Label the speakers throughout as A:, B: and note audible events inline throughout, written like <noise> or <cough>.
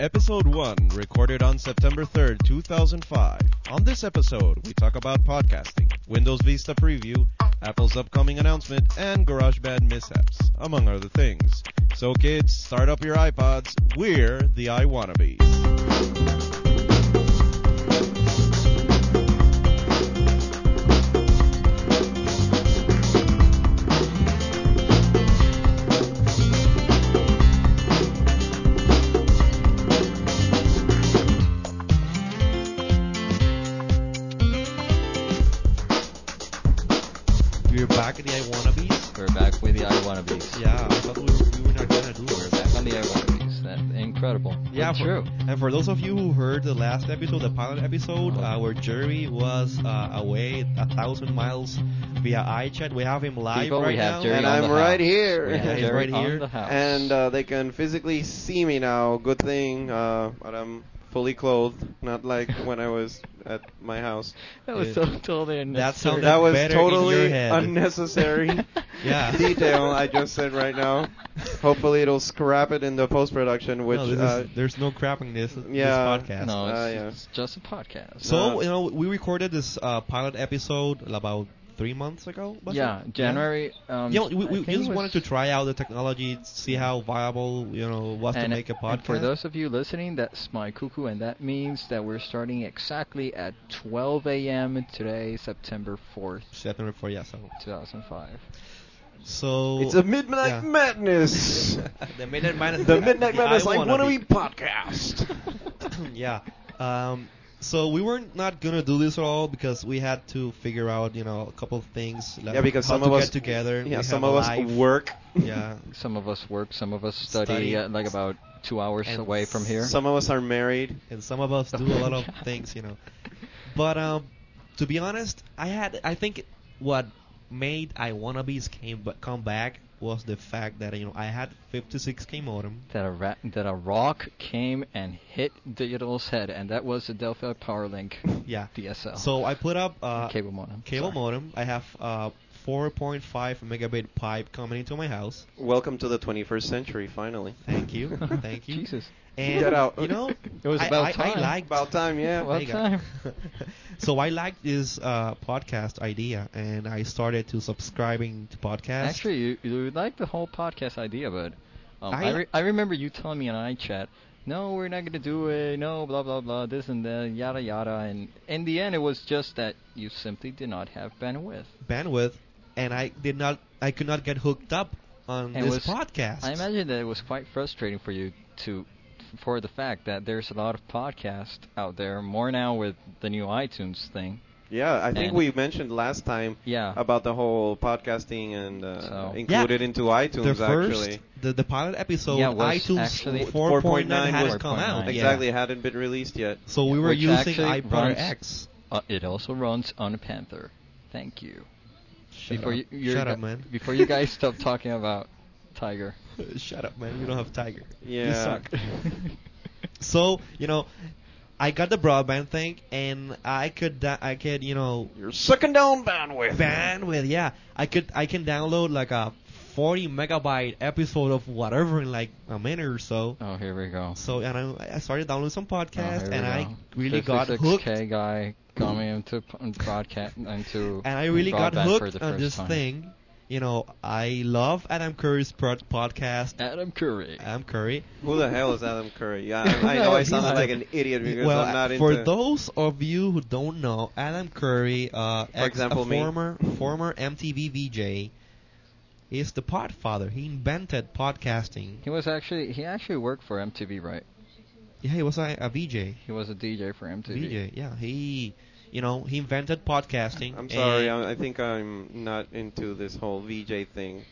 A: Episode 1, recorded on September 3rd, 2005. On this episode, we talk about podcasting, Windows Vista preview, Apple's upcoming announcement, and GarageBand mishaps, among other things. So, kids, start up your iPods. We're the iWannabes. We're back at the iWannabes?
B: We're back with the I Wannabes.
A: Yeah, I thought we were, we were not gonna do
B: We're back on the I Wannabes. That's incredible.
A: Yeah,
B: But
A: for-
B: true.
A: And for those of you who heard the last episode, the pilot episode, uh, where Jerry was uh, away a thousand miles via iChat, we have him live
B: People,
A: right
B: we have
A: now.
B: Jerry
C: And
B: on
C: I'm
B: the
C: right
B: house.
C: here.
B: We have
C: Yeah, he's
B: Jerry
A: right
B: on
A: here.
B: the house.
C: And uh, they can physically see me now. Good thing uh, that I'm fully clothed, not
A: <laughs>
C: like when I was at my house.
B: that was so totally unnecessary.
A: sounded-
C: That was
A: Better in your
C: totally
A: head.
C: unnecessary
A: <laughs> Yeah.
C: detail I just said right
A: <laughs>
C: now. Hopefully it'll scrap it in the post production, which
A: no, this
C: uh,
A: is, there's no crapping this,
C: yeah.
A: this podcast.
B: No, it's,
C: Ah, yeah.
B: it's just a podcast.
A: So
C: No.
A: you know, we recorded this uh, pilot episode about three months ago. was
B: yeah,
A: it?
B: January. Um,
A: Yeah, we,
B: I
A: we
B: think it
A: just
B: was-
A: wanted to try out the technology, see how viable you know it was to
B: and-
A: make a podcast.
B: and for those of you listening, that's my cuckoo, and that means that we're starting exactly at 12 a.m. today, September 4th,
A: September for yeah, so
B: 2005.
A: so
C: it's a midnight
A: yeah. <laughs>
C: madness.
A: the midnight madness.
C: the midnight madness, like what
A: do
C: do we
A: <laughs>
C: podcast?
A: yeah. Um, so we were not gonna do this at all because we had to figure out, you know, a couple of things. Like
C: yeah, because
A: how
C: some
A: to
C: of us
A: get together.
C: Yeah,
A: we
C: some
A: have
C: of
A: a
C: us
A: life. <laughs>
C: work.
A: Yeah,
B: Some of us work, some of us study,
A: Study.
B: uh, like about two hours
A: And
B: away from here. <laughs>
C: Some of us are married.
A: and some of us do a lot of things, you know. But um, to be honest, I had I think what made I wannabes came ba- come back was the fact that you know I had 56k modem.
B: that a ra- that a rock came and hit Digital's head, and that was the Delphi PowerLink
A: Yeah.
B: DSL
A: So I put up uh,
B: Oh. cable modem.
A: cable
B: Sorry.
A: modem. I have uh 4.5 megabit pipe coming into my house.
C: Welcome to the 21st century, finally.
A: Thank
B: <laughs>
A: you, thank you.
B: Jesus,
A: And
C: Get out.
A: you know,
B: <laughs> It was
A: I-
B: about
A: I, I
B: time.
A: liked-
C: About time, yeah.
A: There
B: About
A: you go.
B: time.
A: <laughs> so I liked this uh, podcast idea, and I started to subscribing to podcasts.
B: actually, you, you like the whole podcast idea, but um, I
A: I-
B: re- I remember you telling me on iChat, no, we're not gonna do it, no, blah blah blah, this and that, yada yada, and in the end, it was just that you simply did not have bandwidth.
A: bandwidth, and I did not, I could not get hooked up on
B: And
A: this
B: was-
A: podcast.
B: I imagine that it was quite frustrating for you to, for the fact that there's a lot of podcasts out there, more now with the new iTunes thing.
C: Yeah, I think
B: And-
C: we mentioned last time
B: Yeah.
C: about the whole podcasting and uh,
B: So-
C: included
A: Yeah.
C: into
A: the
C: iTunes
A: first,
C: actually.
A: the, the pilot episode,
B: Yeah, was actually-
A: iTunes 4.9 hadn't come
B: 4.9.
A: out. yet.
C: Exactly, it hadn't been released yet.
A: So we were
B: Which
A: using
B: actually
A: iPod
B: runs-
A: X.
B: Uh, it also runs on Panther. Thank you.
A: Shut
B: before
A: up.
B: you you're
A: Shut
B: gu-
A: up, man.
B: Before you guys stop talking about Tiger.
A: <laughs> Shut up, man. You don't have Tiger. You
C: Yeah.
A: suck. So you know, I got the broadband thing, and I could, da- I could, you know,
C: You're sucking down bandwidth.
A: bandwidth. Yeah, I could I can download like a 40 megabyte episode of whatever in like a minute or so.
B: oh, here we
A: <laughs>
B: go.
A: So and I, I started downloading some podcasts
B: Oh, here we
A: and I
B: go.
A: really got
B: 56K
A: hooked.
B: guy got me into p- on broadcast into
A: And I really got
B: broadband for
A: hooked
B: the
A: on
B: first
A: this
B: time.
A: thing. You know, I love Adam Curry's pro- podcast.
B: Adam Curry.
A: Adam Curry.
C: Who the hell is Adam Curry? Yeah, I, I know
B: <laughs>
C: I
A: He's
C: sounded like
A: like-
C: an idiot because
A: well,
C: I'm not into.
A: for those of you who don't know, Adam Curry, uh, ex-
C: example,
A: a
C: me.
A: former former MTV VJ, is the podfather. He invented podcasting.
B: He was actually he actually worked for MTV, right?
A: Yeah, he was a, a VJ.
B: He was a DJ for MTV.
A: VJ, yeah. He, you know, he invented podcasting.
C: I'm sorry,
A: and-
C: I, I think I'm not into this whole VJ thing.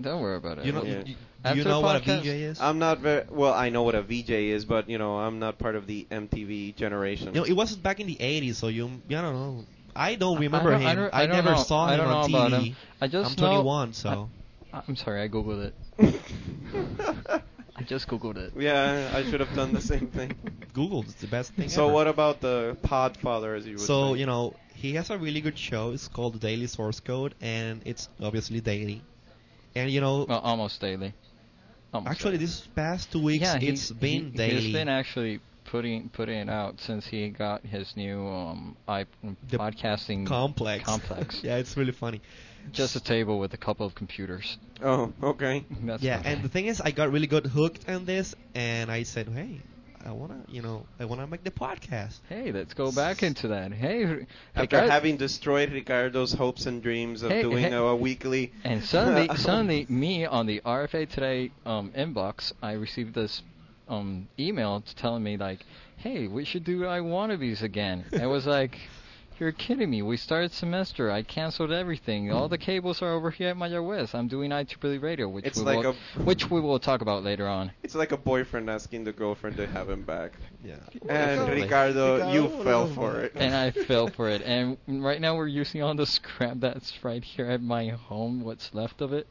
B: Don't worry about it.
A: you know,
C: Yeah.
A: you, do
B: After
A: you know what a
B: podcast-
A: VJ is?
C: I'm not very well. I know what a VJ is, but you know, I'm not part of the MTV generation.
A: you know, it was back in the 80s, so you, I don't know. I don't
B: I- I
A: remember
B: don't- I
A: him.
B: don't-
A: I
B: I don't
A: never
B: know.
A: saw
B: I
A: him
B: don't
A: on
B: know about
A: TV.
B: him. I just
A: I'm
B: know-
A: 21, so
B: I'm sorry, I googled it.
A: <laughs>
B: I just googled it.
C: yeah, I should have done the same thing.
A: Google is the best thing.
C: So
A: ever.
C: what about the Podfather, as you would
A: So
C: say?
A: you know, he has a really good show. It's called The Daily Source Code, and it's obviously daily. And you know,
B: Well, almost daily. I'm
A: Actually,
B: sorry.
A: this past two weeks,
B: yeah, he-
A: it's been
B: he,
A: daily.
B: He's been actually putting putting it out since he got his new um i
A: The
B: podcasting
A: complex.
B: complex.
A: <laughs> yeah, it's really funny.
B: Just a table with a couple of computers. <laughs>
C: Oh, okay.
B: That's
A: yeah,
B: not-
A: and the thing is, I got really good hooked on this, and I said, hey, I wanna, you know, I wanna make the podcast.
B: Hey, let's go back into that. Hey, r-
C: After
B: Ricardo-
C: having destroyed Ricardo's hopes and dreams of
B: Hey,
C: doing
B: hey.
C: a weekly.
B: and
C: <laughs>
B: suddenly, suddenly, me on the RFA today um, inbox, I received this um, email telling me like, "Hey, we should do I wannabes again." I
C: <laughs>
B: was like, "You're kidding me! We started semester. I canceled everything. All the cables are over here at my US. I'm doing IEEE E radio, which
C: It's
B: we
C: like
B: will,
C: a-
B: which we will talk about later on."
C: It's like a boyfriend asking the girlfriend to have him back.
A: Yeah.
C: And
B: Totally.
C: Ricardo,
A: Ricardo,
C: you fell
A: no.
C: for it.
B: <laughs> and I fell for it. And right now we're using all the scrap that's right here at my home, what's left of it.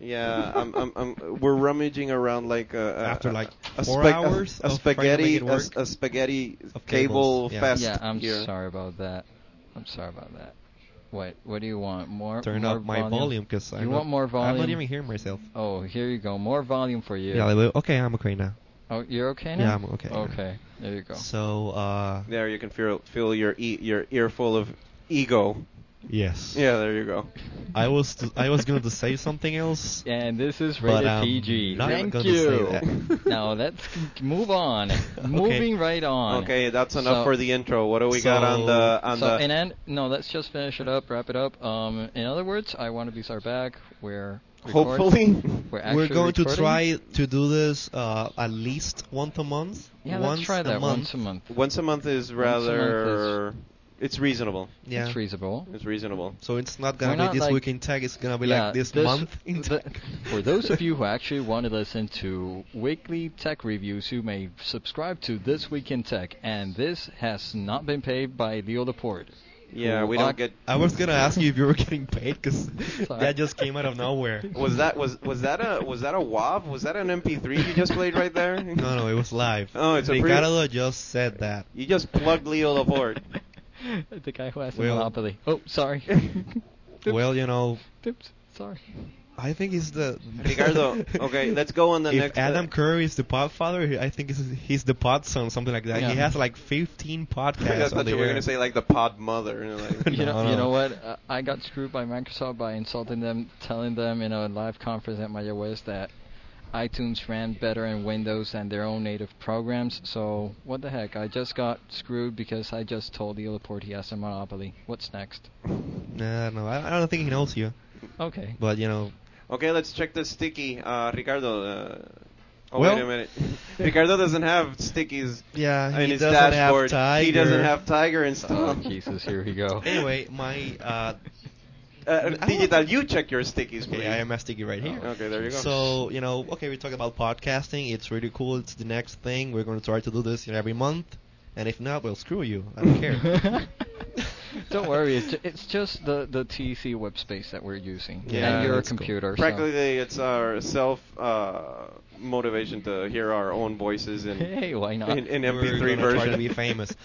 C: Yeah, I'm, I'm, I'm, we're rummaging around like a, a
A: After, like,
C: a
A: four
C: spag-
A: hours
C: a, a
A: of trying to make
C: spaghetti
A: it
C: a,
A: work.
C: a spaghetti cable
A: Of cables, yeah.
C: fest
B: yeah, I'm
C: here.
B: sorry about that. I'm sorry about that. What What do you want? More
A: Turn
B: more
A: up my volume because
B: You
A: I'm
B: want
A: not,
B: more
A: I'm
B: volume?
A: not even hearing myself.
B: Oh, here you go. More volume for you.
A: Yeah, I will- okay, I'm okay now.
B: oh, you're okay now.
A: Yeah, I'm okay now.
B: Okay, there you go.
A: So, uh,
C: There you can feel feel your e- your earful of ego.
A: yes.
C: Yeah, there you go.
A: I was t- I was going to say something
B: <laughs>
A: else.
B: and this is
A: But um,
B: rated
A: I'm
B: PG.
A: not
B: Thank
A: gonna
B: you.
A: say
B: <laughs>
A: that.
B: now let's move on.
A: <laughs> Okay.
B: Moving right on.
C: Okay, that's enough
B: So-
C: for the intro. What do we got on
A: So-
C: the on
B: so,
C: the?
B: and then no, let's just finish it up, wrap it up. Um, in other words, I want to be our back. We're recording-
C: <laughs> hopefully, <laughs>
B: we're,
A: We're
B: actually
A: going to
B: recording.
A: try to do this uh, at least once a month.
B: Yeah,
A: once
B: let's try
A: a
B: that
A: month.
B: once a month.
C: once a month is rather. It's reasonable.
A: Yeah.
B: It's reasonable.
C: It's reasonable.
A: So it's not
B: We're
A: gonna
B: not
A: be this
B: like-
A: week in tech. It's gonna be
B: yeah,
A: like this, month in
B: th-
A: tech.
B: <laughs> For those of you who actually want to listen to weekly tech reviews, you may subscribe to This Week in Tech, and this has not been paid by Leo Laporte.
C: Yeah,
B: Well,
C: we don't
B: I-
C: get.
A: <laughs> I was gonna ask you if you were getting paid because
B: Sorry.
A: that just came out of
B: <laughs>
A: nowhere.
C: Was that was was that a was that a WAV? Was that an MP3 you just played right there?
A: <laughs> No, no, it was live.
C: Oh, it's a pre-
A: Ricardo just said that.
C: <laughs> You just plugged Leo
A: <laughs>
C: Laporte.
B: <laughs> the guy who has
A: Well-
B: Monopoly. Oh,
C: <laughs>
B: sorry.
A: Well, you know,
B: Oops, sorry.
A: I think he's the <laughs>
C: Ricardo, okay, let's go on the
A: if
C: next- uh,
A: Adam Curry is the podfather, he- I think he's, he's the pod son, something like that. He
B: Yeah.
A: has like 15 podcasts.
C: I thought
A: on the
C: you were
A: air.
C: gonna say like the pod mother. you know, like-
B: You know,
A: <laughs> No,
B: you
A: no.
B: know what? Uh, I got screwed by Microsoft by insulting them, telling them in a live conference at my US that iTunes ran better in Windows than their own native programs. So what the heck? I just got screwed because I just told the Laporte he has a monopoly. What's next?
A: No, no, I, I don't think he knows you.
B: Okay.
A: But you know,
C: Okay, let's check the sticky. Uh, Ricardo. Uh, oh
A: Well-
C: wait a minute. <laughs> Ricardo doesn't have stickies
A: yeah,
C: in
A: he
C: his
A: doesn't
C: dashboard.
A: have tiger.
C: He doesn't have Tiger
B: Oh,
C: installed.
B: Jesus, here we go.
A: Anyway, my uh,
C: <laughs> Uh,
A: I
C: <laughs> digital,
A: want-
C: you check your stickies, please.
A: okay, I am a sticky right here.
C: Okay, Oh, there you go.
A: So you know, okay, we talk about podcasting. It's really cool. It's the next thing. We're going to try to do this every month. And if not, well, screw you. I don't care.
B: <laughs> Don't worry, it's, ju- it's just the, the TEC web space that we're using.
A: Yeah,
B: and your
A: that's cool.
B: computer. so-
C: Practically, it's our self uh, motivation to hear our own voices
B: <laughs>
C: in
A: <laughs>
B: Hey, why not?
C: in, in
A: We're
C: MP3
A: gonna
C: version.
A: Try to be famous.
B: <laughs>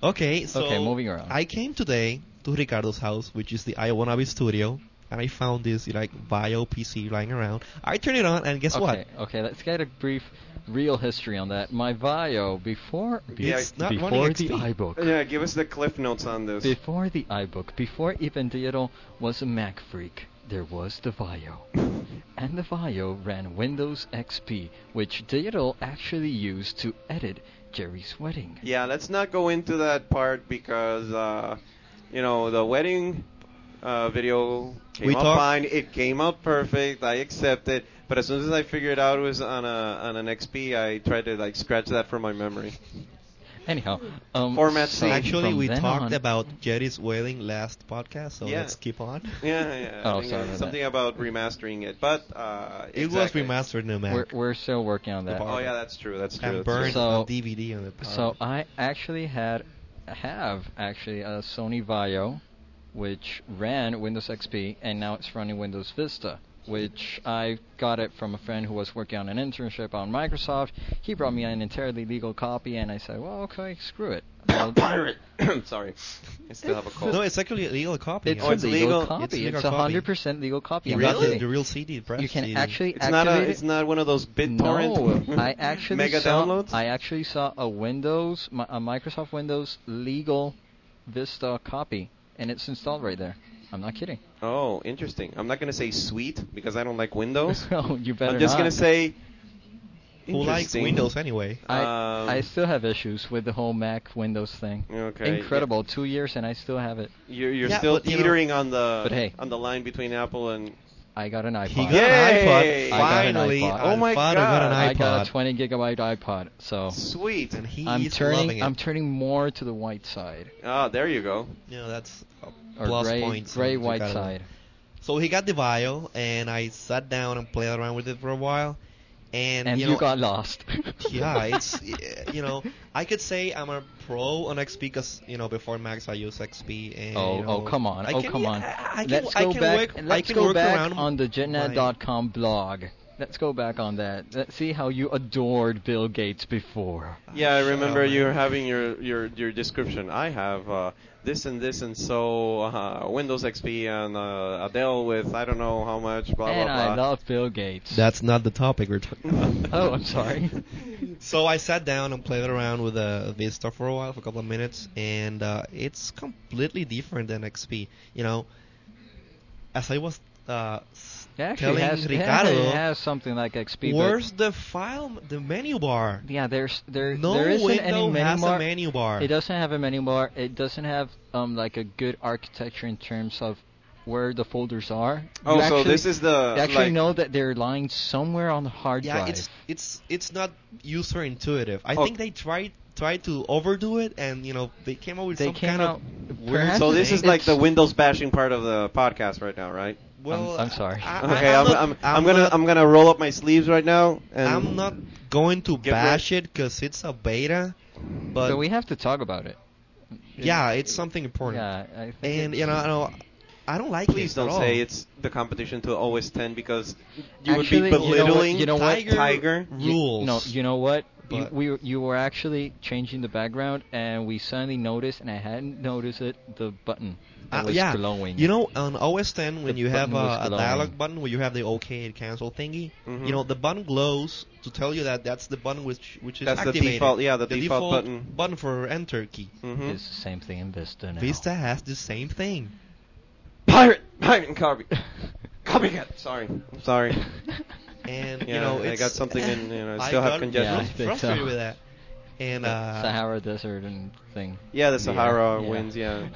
A: Okay, so
B: Okay, moving around.
A: I came today to Ricardo's house, which is the I Wanna Be studio, and I found this like bio PC lying around. I turned it on, and guess
B: okay,
A: what?
B: Okay, let's get a brief real history on that. My bio before
C: Yeah,
A: it's not
B: before
A: running
B: the
A: XP.
B: iBook.
C: <laughs> Yeah, give us the cliff notes on this.
B: Before the iBook, before Evangelo was a Mac freak, there was the Vio.
C: <laughs>
B: And the Vio ran Windows XP, which Digital actually used to edit Jerry's wedding.
C: Yeah, let's not go into that part because uh, you know the wedding uh, video came
A: We
C: out
A: talked-
C: fine. It came out perfect. I accept it. But as soon as I figured out it was on a on an XP, I tried to like scratch that from my memory.
B: Anyhow, um,
C: Format
B: so
C: C.
A: Actually,
B: from
A: we
B: then
A: talked
B: on-
A: about Jerry's wedding last podcast, so
C: Yeah.
A: let's keep on.
C: Yeah, yeah. I
B: Oh, sorry
C: think it's
B: about
C: something
B: that.
C: about remastering it, but uh,
A: <laughs> It was
C: exactly.
A: remastered in a Mac.
B: We're, we're still working on that.
A: The
C: Oh yeah, that's true. That's true.
A: and
C: that's true.
A: burned
B: So-
A: on DVD on the power.
B: So I actually had have actually a Sony Vaio, which ran Windows XP, and now it's running Windows Vista. which I got it from a friend who was working on an internship on Microsoft. He brought me an entirely legal copy, and I said, "Well, okay, screw it." I'll-
C: Pirate. <coughs> Sorry, I still have a cold.
A: No, it's actually a legal copy.
B: it's
C: Oh,
B: a
C: it's
B: legal,
C: legal?
B: copy.
A: It's
B: It's,
A: a legal
B: a
A: copy.
B: hundred percent legal copy.
A: You
B: I'm
A: got
B: not
A: the-
B: kidding.
A: the real CD press.
B: you can
A: CD.
B: actually
C: it's
B: activate
C: not a.
B: it.
C: It's not one of those BitTorrent.
B: No,
C: <laughs>
B: I actually
C: mega
B: saw,
C: downloads.
B: I actually saw a Windows, mi- a Microsoft Windows legal Vista copy, and it's installed right there. I'm not kidding.
C: oh, interesting. I'm not gonna say sweet because I don't like Windows.
B: oh, you <laughs> better.
C: I'm just
B: not.
C: gonna say.
A: Who likes
C: interesting.
A: Windows anyway?
B: I,
C: um,
B: I still have issues with the whole Mac Windows thing.
C: Okay. yeah.
B: Incredible. Two years and I still have it.
C: You're, you're
A: Yeah,
C: still
A: but, you know-
C: teetering on the
B: But hey.
C: on the line between Apple and
B: I got an iPod.
A: He got
C: Yay!
A: an iPod.
B: I got an
A: Finally,
B: iPod.
C: Oh my
A: Alfaro got an iPod.
B: I got a 20 gigabyte iPod. So
C: Sweet.
A: and he's
B: I'm
A: loving
B: turning.
A: it.
B: I'm turning more to the white side
C: Ah, there you go.
A: you know, that's a
B: or
A: plus
B: gray,
A: points.
B: gray
A: to
B: white
A: kind of-
B: side.
A: So he got the vial, and I sat down and played around with it for a while, and,
B: And, you,
A: know,
B: got lost.
A: <laughs>
B: <laughs>
A: yeah, it's yeah, you know I could say I'm a pro on XP because you know before Max I use XP and
B: Oh,
A: you know,
B: oh, come on!
A: I
B: oh,
A: can-
B: come on!
A: I, I can,
B: let's
A: I
B: go
A: can
B: back.
A: work,
B: let's
A: I can
B: go
A: work
B: back
A: around
B: on the
A: my-
B: JetNet.com blog. Let's go back on that. Let's see how you adored Bill Gates before.
C: Yeah, I
A: Shut
C: remember
A: up,
C: you
A: man.
C: having your your your description. I have uh, this and this and so uh, Windows XP and uh, Adele with I don't know how much blah
B: and I
C: blah blah.
B: love Bill Gates.
A: That's not the topic we're talking about.
B: oh,
C: <laughs>
B: I'm
A: <laughs>
B: sorry.
A: So I sat down and played around with uh, Vista for a while, for a couple of minutes, and uh, it's completely different than XP. You know, as I was uh, s-
B: It actually
A: telling
B: has, it
A: Ricardo,
B: actually has something like XP. but-
A: where's the file, the menu bar?
B: Yeah, there's there
A: no
B: there isn't
A: window
B: any menu
A: has
B: bar.
A: a menu bar.
B: It doesn't have a menu bar. It doesn't have um like a good architecture in terms of where the folders are.
C: Oh,
B: You
C: so
B: actually,
C: this is the
B: you actually
C: like,
B: know that they're lying somewhere on the hard
A: yeah,
B: drive.
A: it's it's it's not user intuitive. I
C: Oh.
A: think they tried tried to overdo it, and you know they came up with
B: They
A: some
B: came
A: kind
B: out-
A: of weird.
B: perhaps
C: So this
A: thing.
C: is like the
B: It's-
C: Windows bashing part of the podcast right now, right?
A: well,
B: I'm sorry.
A: I, I-
C: Okay, I'm
A: not-
C: I'm, I'm gonna
A: not-
C: I'm gonna roll up my sleeves right now. And
A: I'm not going to
C: Get rid-
A: bash it 'cause it's a beta, but
B: so we have to talk about it.
A: yeah, it's something important.
B: Yeah, I think
A: And
B: it's-
A: you know, I don't, I don't like
C: Please
A: it
C: don't
A: at all.
C: say it's the competition to always ten because
B: Actually,
C: you
B: you
C: would
B: know
C: be
B: what-
C: belittling
B: you know what?
A: Tiger,
C: Tiger.
B: You-
A: rules.
B: no, you know what? You,
A: But-
B: we were- you were actually changing the background, and we suddenly noticed, and I hadn't noticed it. The button that
A: Uh,
B: was
A: yeah,
B: glowing.
A: You know, on OS 10, when
B: The
A: you have
B: button was
A: a, a
B: glowing.
A: dialog button where you have the OK and cancel thingy,
C: Mhm.
A: you know, the button glows to tell you that that's the button which which is
C: That's the
A: activated.
C: default- yeah, the default button.
A: button for enter key.
C: Mhm.
B: it's the same thing in Vista now.
A: Vista has the same thing.
C: Pirate, pirate, and
B: <laughs>
C: copy, copycat. Sorry, I'm sorry.
A: And
C: Yeah,
A: you know,
C: I
A: it's,
C: got something in, you know, I
A: <laughs> I
C: still have
A: got
C: congestion.
A: really
B: Yeah, I think
A: frustrated
B: so.
A: with that. And
B: The
A: uh,
B: Sahara Desert and thing.
C: Yeah, the Sahara
B: <laughs> Yeah. <laughs>
C: winds, yeah.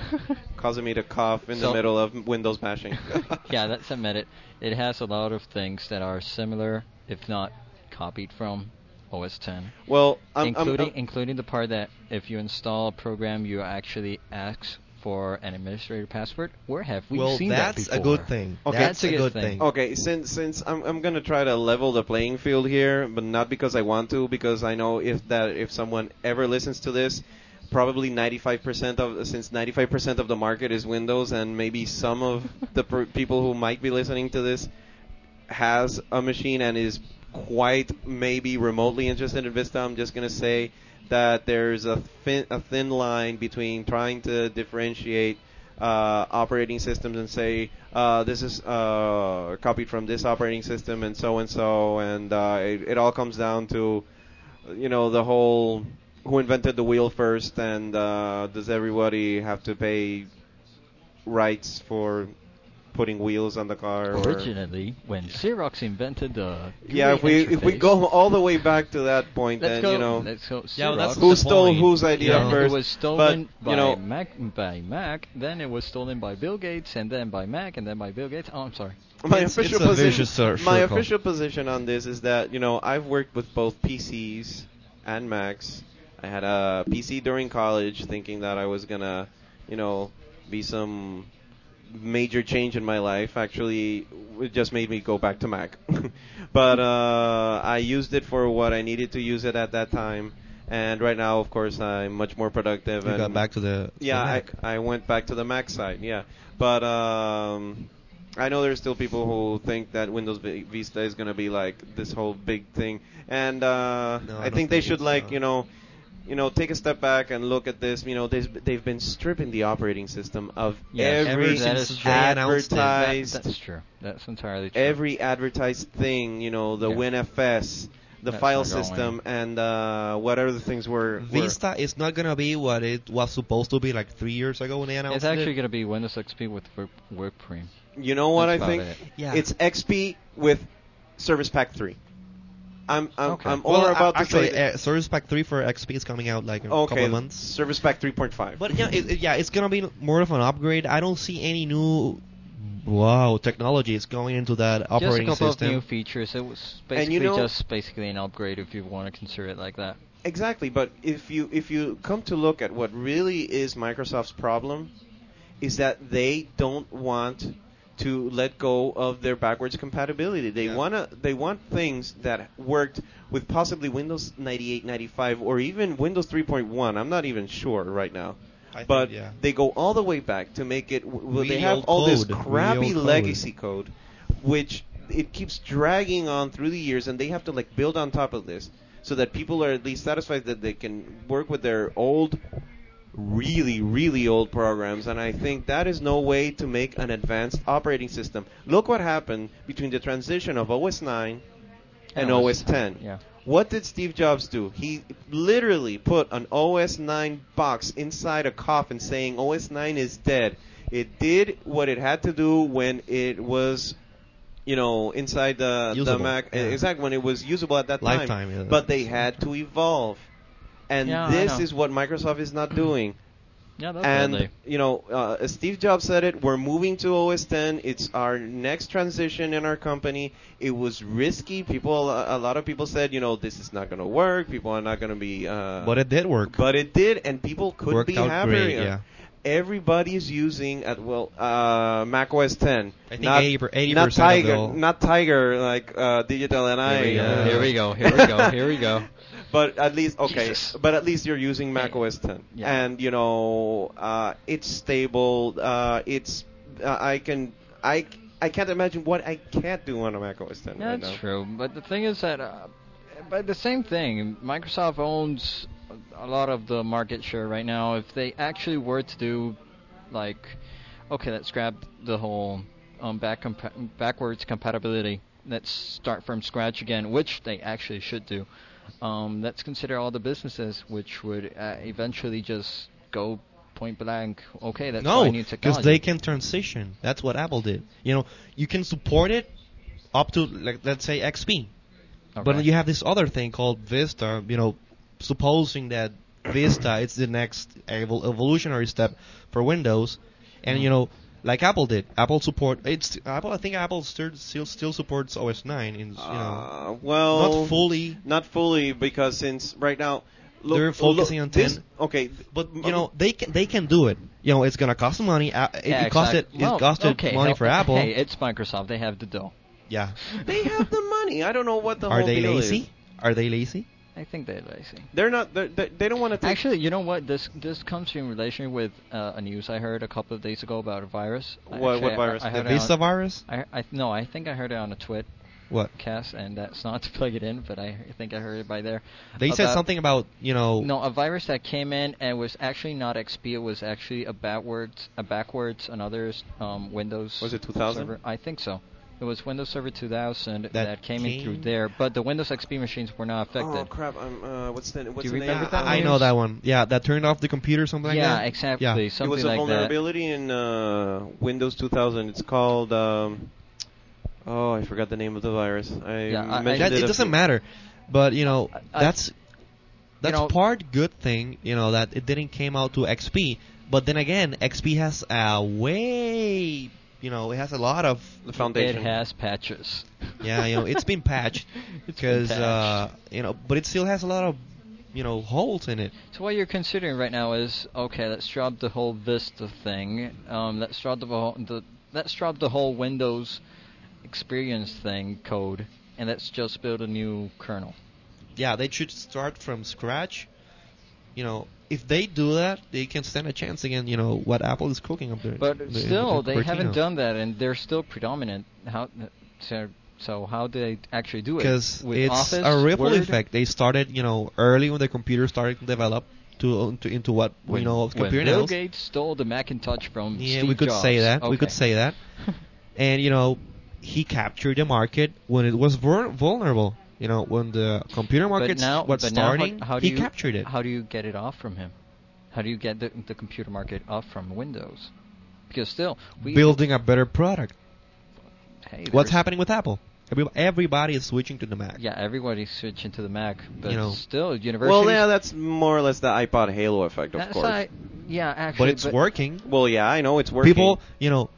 C: Causing me to cough in the
B: So-
C: middle of Windows bashing.
B: <laughs>
C: <laughs>
B: yeah, let's admit it. It has a lot of things that are similar, if not copied from OS 10,
C: Well, I'm,
B: including
C: I'm, I'm,
B: including the part that if you install a program, you actually ask for an administrator password. Where have we
A: well,
B: seen
A: that's
B: that
A: a
B: before?
A: good thing.
C: Okay.
A: That's a good thing.
C: okay. Since since I'm I'm gonna try to level the playing field here, but not because I want to, because I know if that if someone ever listens to this, probably 95% of since 95% of the market is Windows, and maybe some of the per- people who might be listening to this has a machine and is quite maybe remotely interested in Vista, I'm just going to say that there's a thin, a thin line between trying to differentiate uh, operating systems and say uh, this is uh, copied from this operating system and so and so, and uh, it, it all comes down to you know the whole who invented the wheel first and uh, does everybody have to pay rights for putting wheels on the car or
B: Originally, when Xerox invented the
C: yeah, if we
B: GUI
C: if we
B: interface-
C: go all the way back to that point,
B: let's
C: then
B: go,
C: you know
B: let's go. Xerox.
A: Yeah, well, that's
C: who
A: the
C: stole
A: point.
C: whose idea
A: Yeah.
B: Then
C: first.
B: It was stolen
C: but
B: by
C: you know,
B: Mac, by Mac. Then it was stolen by Bill Gates, and then by Mac, and then by Bill Gates. Oh, I'm sorry.
C: my
A: It's-
C: official
A: it's a
C: position.
A: vicious cir-
C: my
A: circle.
C: official position on this is that you know I've worked with both PCs and Macs. I had a PC during college, thinking that I was gonna, you know, be some major change in my life. Actually, it just made me go back to Mac. <laughs> but uh, I used it for what I needed to use it at that time. And right now, of course, I'm much more productive.
A: We
C: and
A: got back to the
C: Yeah,
A: the
C: I,
A: Mac.
C: I went back to the Mac side. Yeah, but um, I know there's still people who think that Windows Vi- Vista is going to be like this whole big thing, and uh,
A: No, I
C: I,
A: don't
C: think they
A: think
C: should
A: it's,
C: like
A: uh,
C: you know, you know, take a step back and look at this. You know, they've they've been stripping the operating system of
B: Yes,
C: every
B: that is true.
A: announced it.
B: That,
C: advertised
B: that's true. That's entirely true.
C: every advertised thing. You know, the
B: Yeah.
C: WinFS, the
B: That's
C: file
B: not going.
C: system, and uh, what other things were. were.
A: Vista is not gonna be what it was supposed to be like three years ago when they announced
B: it's actually
A: it.
B: going to be Windows XP with Whip, whipped cream.
C: You know what
B: That's
C: I
B: about
C: think?
B: it.
A: Yeah.
C: It's XP with Service Pack 3. I'm I'm,
B: Okay.
C: I'm all
A: Well, a-
C: about
A: actually,
C: to say that-
A: uh, Service Pack 3 for XP is coming out like in a couple
C: okay,
A: of months.
C: Service Pack 3.5.
A: But yeah, it, it- yeah, it's gonna be more of an upgrade. I don't see any new wow technology is going into that operating
B: just a couple
A: system.
B: of new features. It was
C: And
B: basically
C: you know-
B: just basically an upgrade if you want to consider it like that.
C: exactly, but if you if you come to look at what really is Microsoft's problem is that they don't want to let go of their backwards compatibility. They
A: Yeah.
C: wanna they want things that worked with possibly Windows 98, 95 or even Windows 3.1. I'm not even sure right now.
A: I think,
C: but
A: yeah.
C: they go all the way back to make it. W- w- they
A: Really
C: have
A: old
C: all this
A: code, really
C: crappy
A: old code.
C: legacy code, which it keeps dragging on through the years, and they have to like build on top of this so that people are at least satisfied that they can work with their old, really really old programs. And I think that is no way to make an advanced operating system. Look what happened between the transition of OS 9 and
B: Yeah,
C: OS 10.
B: Yeah.
C: What did Steve Jobs do? He literally put an OS 9 box inside a coffin saying OS 9 is dead. It did what it had to do when it was, you know, inside the, the
A: Usable,
C: Mac.
A: yeah.
C: Exactly, when it was usable at that
A: Lifetime, yeah.
C: time. But they had to evolve. And
B: Yeah, I
C: this
B: know.
C: is what Microsoft is not doing.
B: Yeah, that's
C: And
B: deadly.
C: you know, uh, Steve Jobs said it. We're moving to OS 10. It's our next transition in our company. It was risky. People, a lot of people said, you know, this is not going to work. People are not going to be. Uh,
A: but it did work.
C: But it did, and people could
A: Worked
C: be
A: out
C: happier.
A: great, yeah.
C: Everybody is using at well uh, Mac OS 10.
A: I think
C: not,
A: 80 per- 80%
C: not
A: of the
C: Tiger,
A: whole-
C: not Tiger like uh, Digital and I.
B: Here we go,
C: uh,
B: here we go, here we
C: <laughs>
B: go, here we go.
C: But at least okay.
B: Jesus.
C: But at least you're using Mac OS 10,
B: Yeah.
C: and you know uh, it's stable. Uh, it's uh, I can I I can't imagine what I can't do on a Mac OS 10
B: Yeah,
C: right
B: that's
C: now.
B: true. But the thing is that, uh, but the same thing. Microsoft owns a lot of the market share right now. If they actually were to do, like, okay, let's grab the whole um, back compa- backwards compatibility. Let's start from scratch again, which they actually should do. Um, let's consider all the businesses, which would uh, eventually just go point blank. Okay, that's
A: no,
B: our new technology.
A: they can transition. That's what Apple did. You know, you can support it up to like let's say XP, but then
B: Okay.
A: you have this other thing called Vista. You know, supposing that Vista is the next evol- evolutionary step for Windows, and
B: Mm-hmm.
A: you know, like Apple did, Apple support. It's Apple. I think Apple still still, still supports OS nine. In, you know,
C: Uh, well,
A: not fully,
C: not fully because since right now look,
A: They're focusing
C: look,
A: on
C: this-
A: 10.
C: Okay,
A: but you know they can they can do it. You know, it's gonna cost them money. Uh, it,
B: Yeah,
A: it cost
B: exact-
A: it.
B: well,
A: it costed
B: okay,
A: money
B: hell-
A: for Apple.
B: Hey, it's Microsoft. They have the dough.
A: yeah.
C: <laughs> they have the money. I don't know what the
A: <laughs> Are
C: whole
A: they
C: deal
A: lazy?
C: Is.
A: Are they lazy?
B: I think they're lazy.
C: They're not. They're, they they don't want to take.
B: Actually, you know what? This this comes in relation with uh, a news I heard a couple of days ago about a virus. I
C: What- what
B: actually- I-
C: virus?
B: I,
C: The
B: heard it
A: Vista
B: on-
A: virus?
B: I, I no, I think I heard it on a Twit
A: What?
B: cast, and that's not <laughs> to plug it in, but I think I heard it by there.
A: They said
B: About-
A: something about you know.
B: No, uh, a virus that came in and was actually not XP. It was actually a backwards, a backwards, another um, Windows.
C: Was it 2000?
B: server. I think so. It was Windows Server 2000 that, came, in through
A: came-
B: there, but the Windows XP machines were not affected.
C: Oh crap! I'm. Uh, what's the what's
B: you
C: the
B: remember
C: name?
B: that
A: I
B: one?
A: know that one. Yeah, that turned off the computer, something
B: yeah,
A: like that.
B: exactly.
A: Yeah.
B: Something
C: it was a
B: like
C: vulnerability in uh, Windows 2000. It's called. Um, oh, I forgot the name of the virus. I
B: Yeah, I- I-
C: mentioned
A: That,
C: it,
A: it
C: a
A: doesn't
C: few-
A: matter, but you know
B: I-
A: that's that's
B: know-
A: part good thing. You know that it didn't came out to XP, but then again, XP has a way. You know, it has a lot of.
C: The
B: that.
C: foundation.
B: It has patches.
A: Yeah, you know, it's been patched
B: <laughs> It's
A: because
B: been
A: uh,
B: patched.
A: you know, but it still has a lot of you know holes in it.
B: So what you're considering right now is okay. Let's drop the whole Vista thing. Um, let's drop the whole the let's drop the whole Windows experience thing code, and let's just build a new kernel.
A: Yeah, they should start from scratch you know, if they do that, they can stand a chance against you know what Apple is cooking up there.
B: But
A: in the- in
B: still,
A: the
B: they haven't
A: Cupertino.
B: done that, and they're still predominant. How so? So how do they actually do it?
A: because
B: With
A: it's
B: Office,
A: a ripple
B: Word?
A: effect. They started, you know, early when the computer started to develop to, into, into what
B: When-
A: we know of
B: when
A: computer
B: Bill
A: now.
B: Gates stole the Macintosh from
A: Yeah,
B: Steve
A: we could say
B: Jobs.
A: that. We could
B: Okay. <laughs>
A: say that. and you know, he captured the market when it was vul- vulnerable. You know, when the computer
B: But
A: market
B: now,
A: was
B: but now how-
A: starting,
B: how, do
A: he
B: you,
A: captured it.
B: How do you get it off from him? How do you get the, the computer market off from Windows? Because still, we
A: Building a better product.
B: Hey,
A: What's
B: there's-
A: happening with Apple? Every- Everybody is switching to the Mac.
B: Yeah, everybody's switching to the Mac, but
A: You know.
B: still, university.
C: Well, yeah, that's more or less the iPod Halo effect, of
B: that's
C: course.
B: not- yeah, actually,
A: but it's working.
C: Well, yeah, I know it's working.
A: People, you know,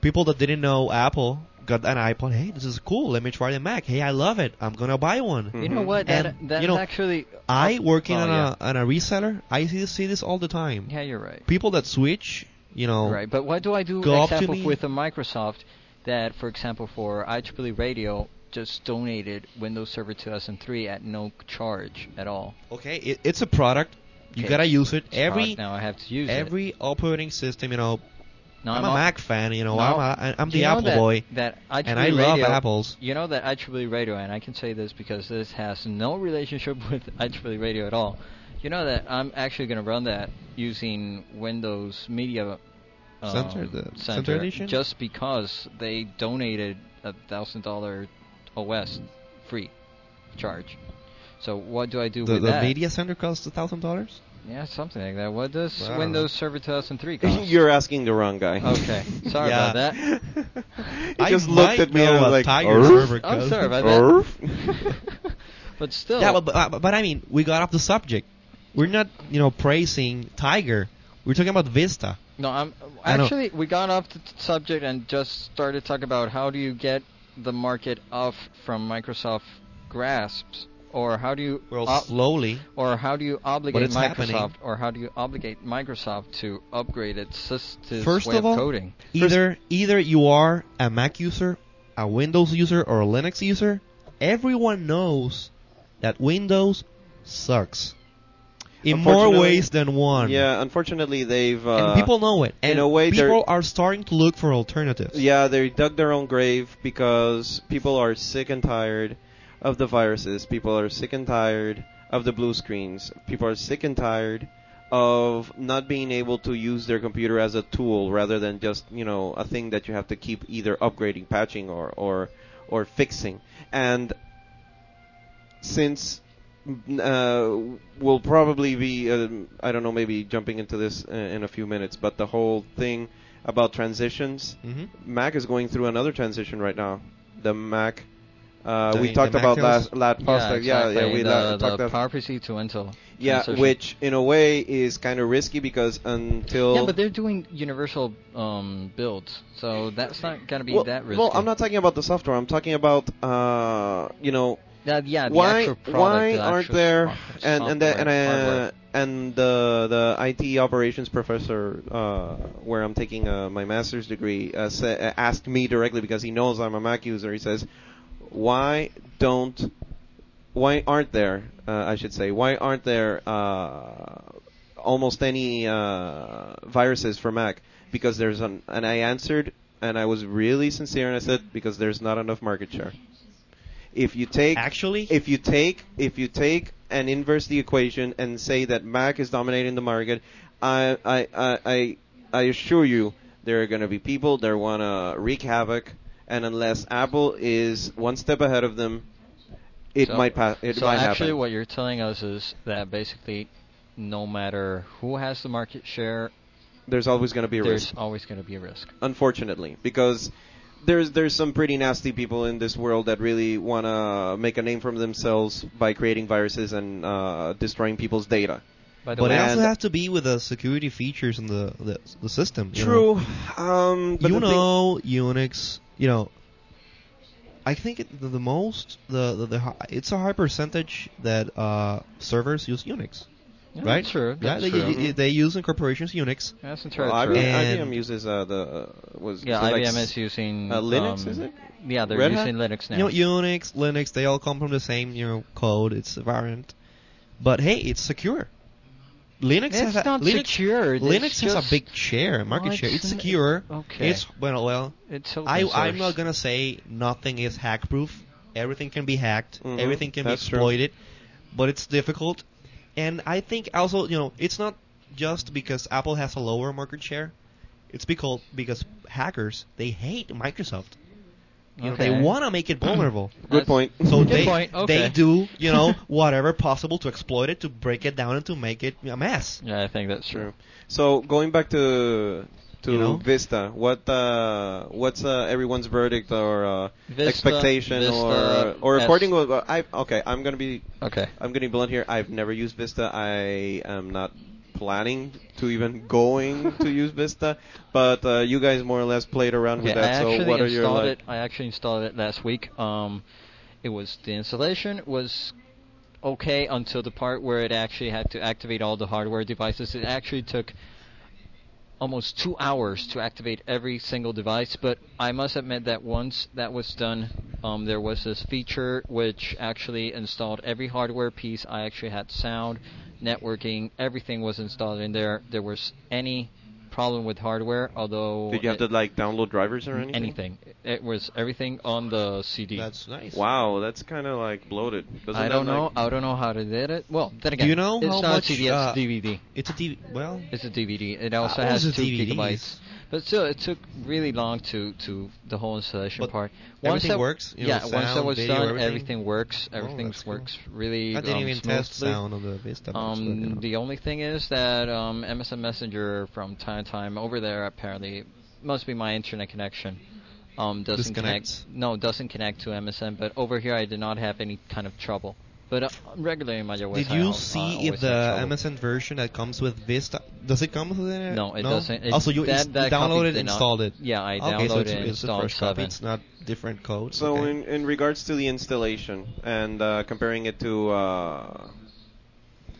A: people that didn't know Apple got an iPod. Hey, this is cool. Let me try the Mac. Hey, I love it. I'm gonna buy one.
B: You know what? That,
A: And,
B: that's
A: you know,
B: actually.
A: I working
B: Hmm. Oh, Well,
A: on
B: yeah.
A: a um, on a reseller. I see see this all the time.
B: Yeah, you're right.
A: People that switch, you know,
B: Right, but what do I do,
A: Go up to
B: example,
A: me.
B: with a Microsoft that, for example, for IEEE E Radio just donated Windows Server 2003 at no charge at all?
A: okay, it, it's a product. You
B: Okay.
A: gotta use it.
B: It's
A: Every
B: not- now I have to use it.
A: every operating system, you know.
B: Now
A: I'm,
B: all-
A: a Mac fan, you know.
B: No.
A: I'm a, I'm
B: Do
A: the
B: you know
A: Apple
B: that-
A: boy,
B: That IEEE
A: and I love
B: Radio-
A: apples.
B: You know that IEEE Radio, and I can say this because this has no relationship <laughs> with IEEE Radio at all. You know that I'm actually going to run that using Windows Media um,
A: Center, the
B: Center,
A: Center Edition?
B: just because they donated a thousand dollar OS free charge. So what do I do
A: The,
B: with
A: the
B: that?
A: media center costs a thousand dollars.
B: Yeah, something like that. What does
A: Well, I don't
B: Windows Server
A: <laughs>
B: 2003 cost?
C: <laughs> You're asking the wrong guy.
B: okay. Sorry
A: Yeah.
B: about that.
C: <laughs> he
A: I
C: just
A: might
C: looked at me
A: know
C: and
A: a
C: was like,
A: Tiger
C: "Arf?"
A: server
B: I'm
A: costs.
B: sorry about
C: Arf?
B: <laughs> But still,
A: Yeah, but, but but- but I mean, we got off the subject. We're not, you know, praising Tiger. We're talking about Vista.
B: No, I'm
A: I know.
B: actually we got off the t- subject and just started talking about how do you get the market off from Microsoft grasps, or how do you
A: Well,
B: ob-
A: slowly.
B: or how do you obligate
A: it's
B: Microsoft,
A: happening.
B: or how do you obligate Microsoft to upgrade its systems
A: First
B: way
A: of all,
B: coding?
A: Either either you are a Mac user, a Windows user, or a Linux user. Everyone knows that Windows sucks in more
C: Unfortunately-
A: ways than one.
C: Yeah, unfortunately, they've. Uh,
A: and people know it. And
C: in a way, they're-
A: people are starting to look for alternatives.
C: Yeah, they dug their own grave because people are sick and tired of the viruses. People are sick and tired of the blue screens. People are sick and tired of not being able to use their computer as a tool rather than just, you know, a thing that you have to keep either upgrading, patching or or or fixing. And since uh, will probably be um, I don't know maybe jumping into this uh, in a few minutes, but the whole thing about transitions
A: hmm
C: Mac is going through another transition right now. The Mac. Uh,
A: The-
C: we
A: the
C: talked
A: Mac
C: about
A: OS?
C: last last podcast. Yeah, yeah,
B: exactly,
C: we
B: the,
C: la-
B: the
C: talked about.
B: PowerPC to Intel.
C: Yeah,
B: transition.
C: which in a way is kind of risky because until
B: yeah, but they're doing universal um, builds, so that's not gonna be
C: well,
B: that risky.
C: well, I'm not talking about the software. I'm talking about uh, you know
B: That- yeah, the
C: why
B: actual product,
C: why
B: the
C: aren't
B: actual
C: there
B: soft-
C: and and the, and,
B: software, hardware.
C: uh, and the the IT operations professor uh, where I'm taking uh, my master's degree uh, sa- uh, asked me directly because he knows I'm a Mac user. He says, "Why don't why aren't there uh, I should say why aren't there uh, almost any uh, viruses for Mac because there's an and I answered and I was really sincere and I said because there's not enough market share. If you take
A: Actually,
C: if you take if you take and inverse the equation and say that Mac is dominating the market, I I I I, I assure you there are going to be people that want to wreak havoc, and unless Apple is one step ahead of them, it
B: So-
C: might pass. It
B: so
C: might
B: actually,
C: happen.
B: what you're telling us is that basically, no matter who has the market share,
C: There's always going to be a
B: there's
C: risk,
B: always going to be a risk.
C: unfortunately, because. There's there's some pretty nasty people in this world that really want to make a name for themselves by creating viruses and uh, destroying people's data.
B: By the
A: but
B: way,
A: it also
C: and-
A: has to be with the security features in the the, the system. you know.
C: True. Um, but
A: you
C: the thing-
A: know Unix. You know, I think it, the, the most the, the the hi- it's a high percentage that uh, servers use Unix,
B: yeah,
A: right?
B: That's true. That's
A: yeah,
B: true.
A: They, they, they use in corporations Unix.
B: That's entirely
C: Well,
B: true.
C: IBM,
A: And-
C: IBM uses uh, the uh, was
B: yeah,
C: was it like
B: IBM
C: s-
B: is using
C: uh, Linux,
B: um,
C: is it?
B: Yeah, they're
C: Red Hat?
B: using Linux now.
A: You know, Unix, Linux, they all come from the same you know code. It's a variant, but hey, it's secure. Linux
B: It's
A: has a,
B: not
A: Linux,
B: secure. It's
A: Linux has a
B: just-
A: big share, market
B: Well,
A: share. It's
B: it's an-
A: secure.
B: okay.
A: It's well, well.
B: It's open
A: I,
B: source.
A: I'm not gonna say nothing is hack proof. Everything can be hacked.
B: Mm-hmm.
C: Mhm,
A: Everything can be
C: that's true.
A: exploited, but it's difficult. And I think also, you know, it's not just because Apple has a lower market share. It's because because hackers they hate Microsoft. You know, they
B: Okay.
A: want to make
B: <clears throat>
A: it vulnerable.
C: <laughs> Good point.
A: So
B: Good
A: they
B: point,
A: they
B: okay.
A: do
B: <laughs>
A: you know whatever possible to exploit it, to break it down, and to make it a mess.
B: Yeah, I think that's
C: Sure.
B: true.
C: So going back to to
A: You know?
C: Vista, what uh, what's uh, everyone's verdict or uh,
B: Vista-
C: expectation
B: Vista
C: or or
B: S.
C: according to uh, I okay, I'm gonna be
B: Okay.
C: I'm gonna be blunt here. I've never used Vista. I am not planning to even going to use Vista, but uh, you guys more or less played around
B: Okay,
C: with
B: I
C: that.
B: actually
C: So what are your
B: installed
C: like?
B: it. I actually installed it last week. Um, it was the installation was okay until the part where it actually had to activate all the hardware devices. It actually took almost two hours to activate every single device. But I must admit that once that was done, um, there was this feature which actually installed every hardware piece. I actually had sound, networking, everything was installed in there. There was any problem with hardware, although
C: Did you have
B: it-
C: to like download drivers or anything?
B: anything. It was everything on the CD.
A: That's nice.
C: Wow, that's kind of like bloated. Doesn't
B: I
C: that,
B: don't know.
C: like-
B: I don't know how they did it. Well, then again,
A: you know
B: it's
A: how
B: not
A: much,
B: a CD.
A: uh,
B: it's DVD.
A: It's a D. Well,
B: It's a DVD. It also
A: Apple's
B: has
A: Ah, oh, a
B: two
A: DVDs.
B: gigabytes. But still, it took really long to to the whole installation
A: But
B: part.
A: everything
B: that,
A: works? You know,
B: yeah, once that
A: sound,
B: was
A: video,
B: done,
A: everything?
B: everything, works.
A: Oh,
B: Everything
A: that's cool.
B: works really.
A: I didn't
B: um,
A: even
B: smoothly.
A: test sound on the Vista. but it's working
B: Um,
A: out.
B: the only thing is that um, MSN Messenger from time to time over there apparently must be my internet connection. Um, doesn't
A: Disconnects.
B: connect. No, doesn't connect to MSN. But over here, I did not have any kind of trouble. But uh, regularly in my device,
A: Did
B: I
A: you
B: al- I
A: see
B: always
A: if the
B: have trouble.
A: MSN version that comes with Vista does it come with it?
B: No, it doesn't. It-
A: also, you
B: that-
A: ins-
B: that copy
A: downloaded and
B: did not-
A: installed it.
B: Yeah, I
A: okay, so
B: downloaded
A: it's,
B: and
A: it's a
B: installed
A: fresh copy.
B: seven.
A: It's not different codes.
C: So
A: okay.
C: in, in regards to the installation and uh, comparing it to, uh,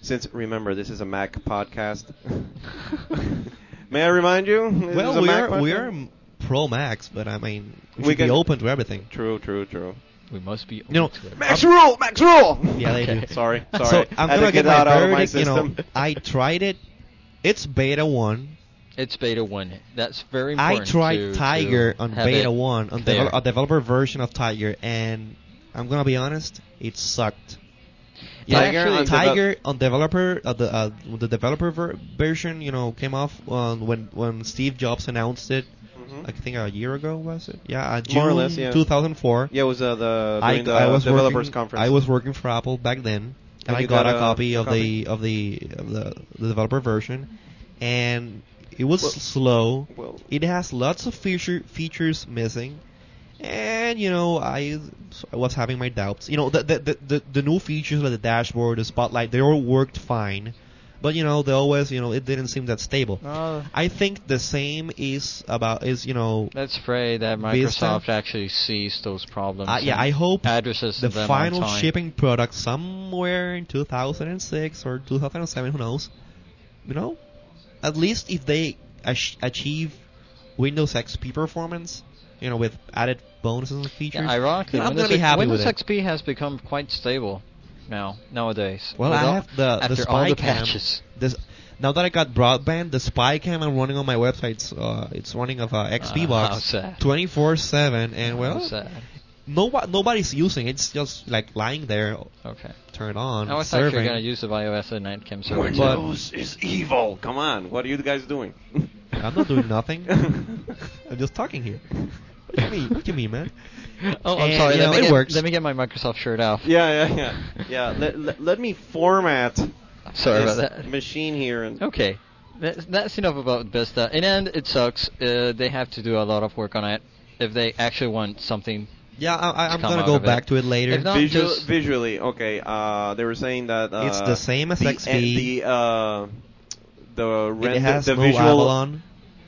C: since remember this is a Mac
A: <laughs>
C: podcast, may I remind you? this
A: well,
C: is a
A: we
C: Mac
A: are we
C: podcast?
A: are m- pro Max, but I mean we,
C: We
A: should
C: can-
A: be open to everything.
C: True, true, true.
B: We must be.
A: know,
B: open to it.
C: Max rule, Max rule.
A: Yeah, they do.
C: <laughs> Sorry, sorry.
A: So I'm
C: Had to
A: gonna
C: get
A: get my
C: that out of my
A: verdict, you know,
C: system.
A: I tried it. It's beta one.
B: It's beta one. That's very
A: I
B: important.
A: tried
B: to-
A: Tiger
B: to
A: on
B: have
A: beta
B: it
A: one on
B: there.
A: devel- a developer version of Tiger, and I'm gonna be honest, it sucked.
B: Yeah,
C: Tiger
B: actually-
C: on devel-
A: Tiger on developer uh, the uh, the developer ver- version, you know, came off uh, when when Steve Jobs announced it.
C: Mhm.
A: I think a year ago was it? Yeah, uh, June
C: More or less, yeah.
A: 2004.
C: Yeah, it was uh, the
A: I,
C: during the
A: I was
C: developers
A: working,
C: conference.
A: I was working for Apple back then, and
C: And
A: I
C: you
A: got,
C: got
A: a
C: a
A: copy of
C: copy?
A: the of the of the, the developer version, and it was
C: Well-
A: slow.
C: well,
A: It has lots of feature features missing, and you know I, I was having my doubts. You know the the, the, the the new features like the dashboard, the spotlight, they all worked fine, but you know they always you know it didn't seem that stable.
C: Uh.
A: I think the same is about is you know
B: Let's pray that
A: Vista?
B: Microsoft actually sees those problems.
A: I Uh, yeah
B: and
A: I hope
B: addresses
A: the
B: them
A: final
B: on time.
A: shipping product somewhere in 2006 or 2007 who knows you know at least if they ach- achieve windows xp performance you know with added bonuses and features
B: Yeah, ironically,
A: then i'm
B: Windows,
A: gonna be happy
B: Windows
A: with it
B: XP has become quite stable now nowadays.
A: well
B: With
A: i
B: all-
A: have the
B: after
A: the
B: all
A: spy
B: the
A: cam
B: patches.
A: this now that i got broadband the spy cam i'm running on my website it's, uh, it's running of uh, xp
B: Uh, how
A: box
B: sad.
A: 24/7 and
B: How
A: well
B: sad.
A: no nobody's using it. it's just like lying there
B: Okay.
A: turned on
B: I was
A: serving.
B: actually going to use the iOS and Nightcam server.
A: Windows.
C: Windows "Oh, is evil. Come on, what are you guys <laughs> doing?
A: I'm not doing
B: <laughs>
A: nothing. I'm just talking here. What do you mean? What do you mean, man?
B: <laughs> Oh, I'm
A: And,
B: sorry.
A: you
B: Let
A: know,
B: me
A: it
B: get,
A: works.
B: Let me get my Microsoft shirt off.
C: Yeah, yeah, yeah. Yeah, let, let, let me format
B: Sorry
C: this
B: about that.
C: machine here. and
B: Okay. That's, that's enough about Vista. In the end, it sucks. Uh, they have to do a lot of work on it if they actually want something.
A: Yeah, I, I, I'm
B: Come
A: gonna
B: out
A: go
B: of it.
A: back to it later.
B: If not-
C: Visual,
B: just-
C: visually, okay. Uh, they were saying that uh,
A: It's the same as
C: the,
A: XP.
C: and The uh, the
A: it
C: render,
A: has
C: the
A: no
C: visual.
A: Avalon.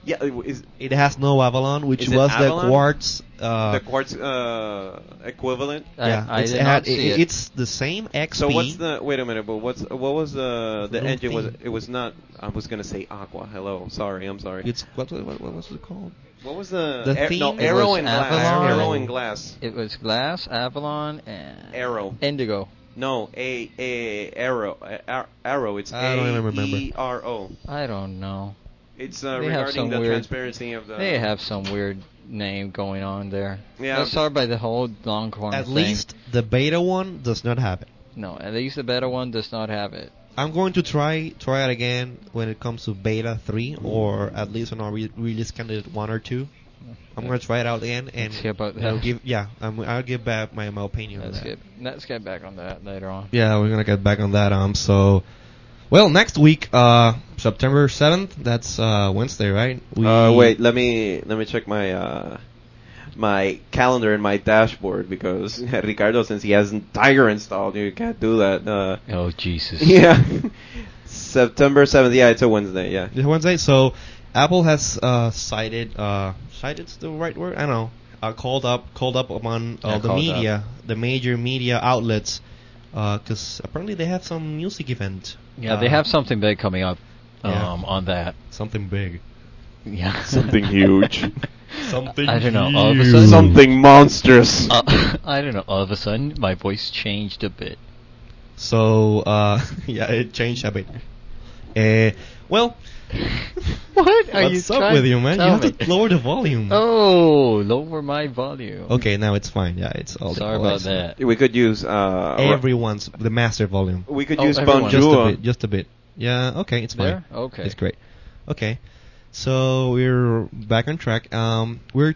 C: Yeah, it w- is
A: It has no Avalon, which
C: Is it
A: was
C: Avalon?
A: the quartz. Uh,
C: the quartz uh, equivalent.
A: yeah,
B: I, I
A: it's,
B: did
A: it
B: not
A: had-
B: see
A: it-
B: it.
A: it's the same XP.
C: So what's the? Wait a minute, but what's what was uh, the the
A: Little
C: engine? Was
A: thing.
C: it was not? I was gonna say Aqua. Hello, sorry, I'm sorry.
A: It's what, what, what was it called?
C: what was the?
A: the
C: Ar- no,
A: theme
C: arrow
B: was
C: and
B: Avalon.
C: glass. Arrow and glass.
B: It was Glass, Avalon, and
C: Arrow.
B: Indigo.
C: No, a a arrow a- ar- arrow. It's
A: I don't even remember.
C: A E R O.
B: I don't know.
C: It's uh,
B: They have
C: regarding
B: some
C: the
B: weird-
C: transparency of the.
B: They have some weird name going on there.
C: Yeah.
B: Let's start by the whole Longhorn
A: At
B: thing.
A: least the beta one does not have it.
B: No, at least the better one does not have it.
A: I'm going to try try it again when it comes to beta three, or at least on our re- release candidate one or two. I'm going to try it out again and
B: Let's hear about
A: I'll
B: that.
A: give yeah I'm, I'll give back my, my opinion. on
B: Let's
A: that.
B: get let's get back on that later on.
A: Yeah, we're gonna get back on that. Um, so, well, next week, uh, September seventh. That's uh Wednesday, right? We,
C: Uh, wait, let me let me check my uh, my calendar and my dashboard because <laughs> Ricardo, since he has Tiger installed, you can't do that. Uh,
B: Oh Jesus.
C: <laughs> yeah, September seventh. Yeah, it's a Wednesday. Yeah.
A: Yeah, Wednesday. So, Apple has uh cited uh cited's the right word. I don't know. Uh, called up, called up upon uh,
B: Yeah,
A: the
B: called
A: media, the major media outlets, because apparently they have some music event.
B: Yeah,
A: Uh,
B: they have something big coming up um,
A: Yeah.
B: on that.
A: something big.
B: Yeah. <laughs>
C: Something huge.
A: Something.
B: I don't know, all of a
A: huge.
B: sudden-
C: Something monstrous.
B: Uh, I don't know. All of a sudden, my voice changed a bit.
A: So, uh, <laughs> yeah, it changed a bit. Uh, well,
B: What are
A: what's
B: you
A: up
B: trying
A: with you, man?
B: Tell
A: you have
B: me. <laughs>
A: to lower the <laughs> volume.
B: Oh, lower my volume.
A: Okay, now it's fine. Yeah, it's all
B: Sorry
A: all
B: about
A: excellent.
B: that.
C: we could use uh,
A: Everyone's the master volume.
C: We could
B: Oh,
C: use
B: everyone.
C: Bon
A: Just a
C: Jovi.
A: bit. Just a bit. Yeah. Okay, it's fine.
B: There? Okay.
A: It's great. Okay, so we're back on track. Um, we're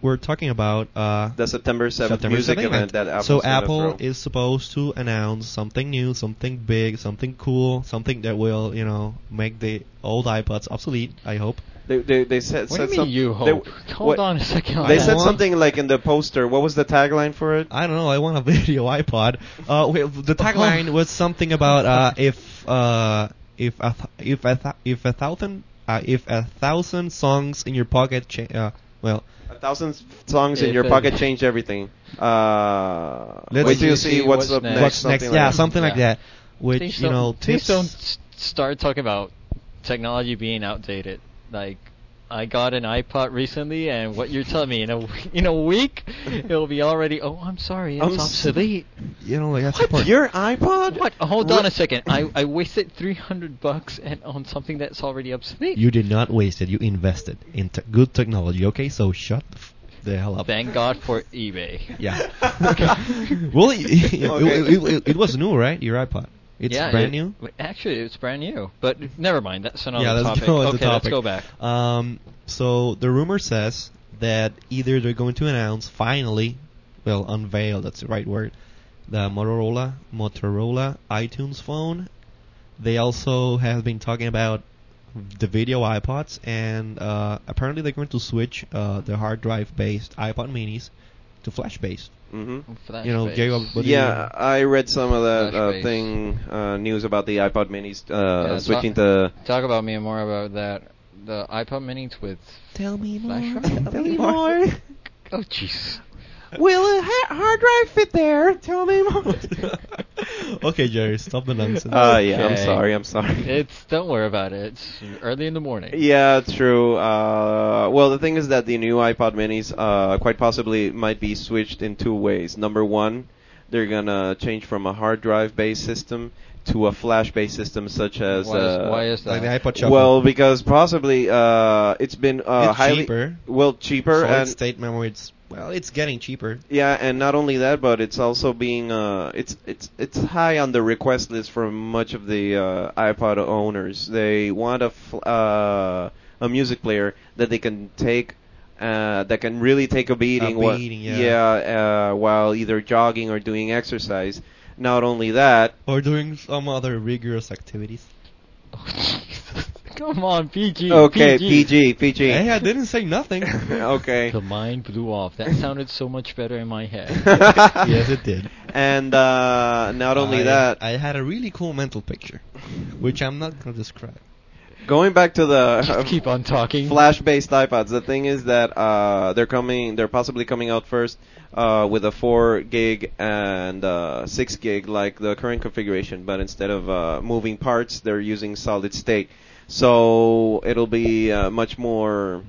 A: we're talking about uh.
C: The September seventh
A: September
C: music
A: 7th.
C: event that Apple's
A: so
C: gonna
A: Apple
C: throw.
A: is supposed to announce something new, something big, something cool, something that will, you know, make the old iPods obsolete. I hope.
C: They, they, they said,
B: What do you mean
C: said some-
B: you
C: they-
B: hope? Hold
C: what-
B: on a second.
C: They
A: I
C: said
A: want-
C: something like in the poster. What was the tagline for it?
A: I don't know. I want a <laughs> video iPod. Uh, wait, the tagline was something about uh, if uh, if a th- if a th- if a thousand uh, if a thousand songs in your pocket. Cha- uh, well,
C: A thousand s- songs in
B: If
C: your
B: it-
C: pocket change everything. Uh,
A: Let's
C: wait till you see what's, up next.
A: what's next?
C: something
A: yeah,
C: like that.
A: something like
B: Yeah.
A: that. Which
B: Please
A: you
B: don't-
A: know,
B: please
A: tips.
B: don't s- start talking about technology being outdated. Like, I got an iPod recently, and what you're telling me in a w- <laughs> in a
A: <laughs>
B: week, it'll be already. Oh, I'm sorry, it's
C: I'm s-
B: obsolete.
A: You know, like that's the
C: What?
A: point.
C: <laughs> Your iPod?
B: What? Hold on a second.
A: <laughs>
B: I, I wasted 300 bucks and on something that's already obsolete.
A: You did not waste it. You invested in te- good technology. Okay, so shut the, f- the hell up.
B: Thank God for eBay.
A: Yeah. well, it, it,
C: Okay.
A: it- it- it was new, right? Your iPod. It's
B: yeah,
A: brand
B: it-
A: new.
B: w- Actually, it's brand new. But never mind. That's another
A: <laughs> yeah, let's
B: topic.
A: go on
B: okay,
A: the topic.
B: let's go back.
A: Um, so the rumor says that either they're going to announce finally, well, unveil. That's the right word. The Motorola Motorola iTunes phone. They also have been talking about the video iPods, and uh, apparently they're going to switch uh, the hard drive based iPod Minis to flash based.
C: hmm
B: Flash
A: You know,
B: base.
A: Jacob, what do you-
C: Yeah, I read some of that uh,
B: Flashbase.
C: thing uh, news about the iPod Minis uh,
B: Yeah,
C: switching
B: ta-
C: to.
B: Talk about me more about that. The iPod minis with.
A: Tell me more.
B: Flash drive?
A: <laughs> Tell me more.
B: Oh, jeez.
C: Will a hard drive fit there? Tell me more.
A: <laughs> okay, Jerry, stop the nonsense.
C: <laughs> Uh, yeah, I'm
B: Okay.
C: sorry. I'm sorry.
B: It's don't worry about it. It's early in the morning.
C: Yeah, true. Uh, well, the thing is that the new iPod Minis uh, quite possibly might be switched in two ways. Number one, they're gonna change from a hard drive-based system to a flash-based system, such as
B: why,
C: uh,
B: is, why is that?
A: like the iPod Shuffle.
C: well, because possibly uh, it's been uh,
A: It's
C: highly
A: cheaper.
C: well cheaper
A: solid
C: and
A: state memory. It's well, it's getting cheaper.
C: yeah, and not only that, but it's also being uh, it's it's it's high on the request list for much of the uh, iPod owners. They want a fl- uh, a music player that they can take. Uh, that can really take a beating, whi-
A: beating, yeah.
C: yeah, uh, while either jogging or doing exercise. Not only that,
A: Or doing some other rigorous activities.
B: Oh, Jesus. <laughs> Come on, PG.
C: okay,
B: PG.
C: PG, PG, <laughs>
A: Hey, I didn't say nothing.
C: okay,
B: The mind blew off. That sounded so much better in my head.
C: <laughs>
A: yes, it did.
C: and uh, <laughs> not only
A: I-
C: that,
A: I had a really cool mental picture, which I'm not gonna describe.
C: going back to the
B: Just keep on talking.
C: flash-based iPods. The thing is that uh, they're coming, they're possibly coming out first uh, with a four gig and uh, six gig, like the current configuration. But instead of uh, moving parts, they're using solid state. So it'll be uh, much more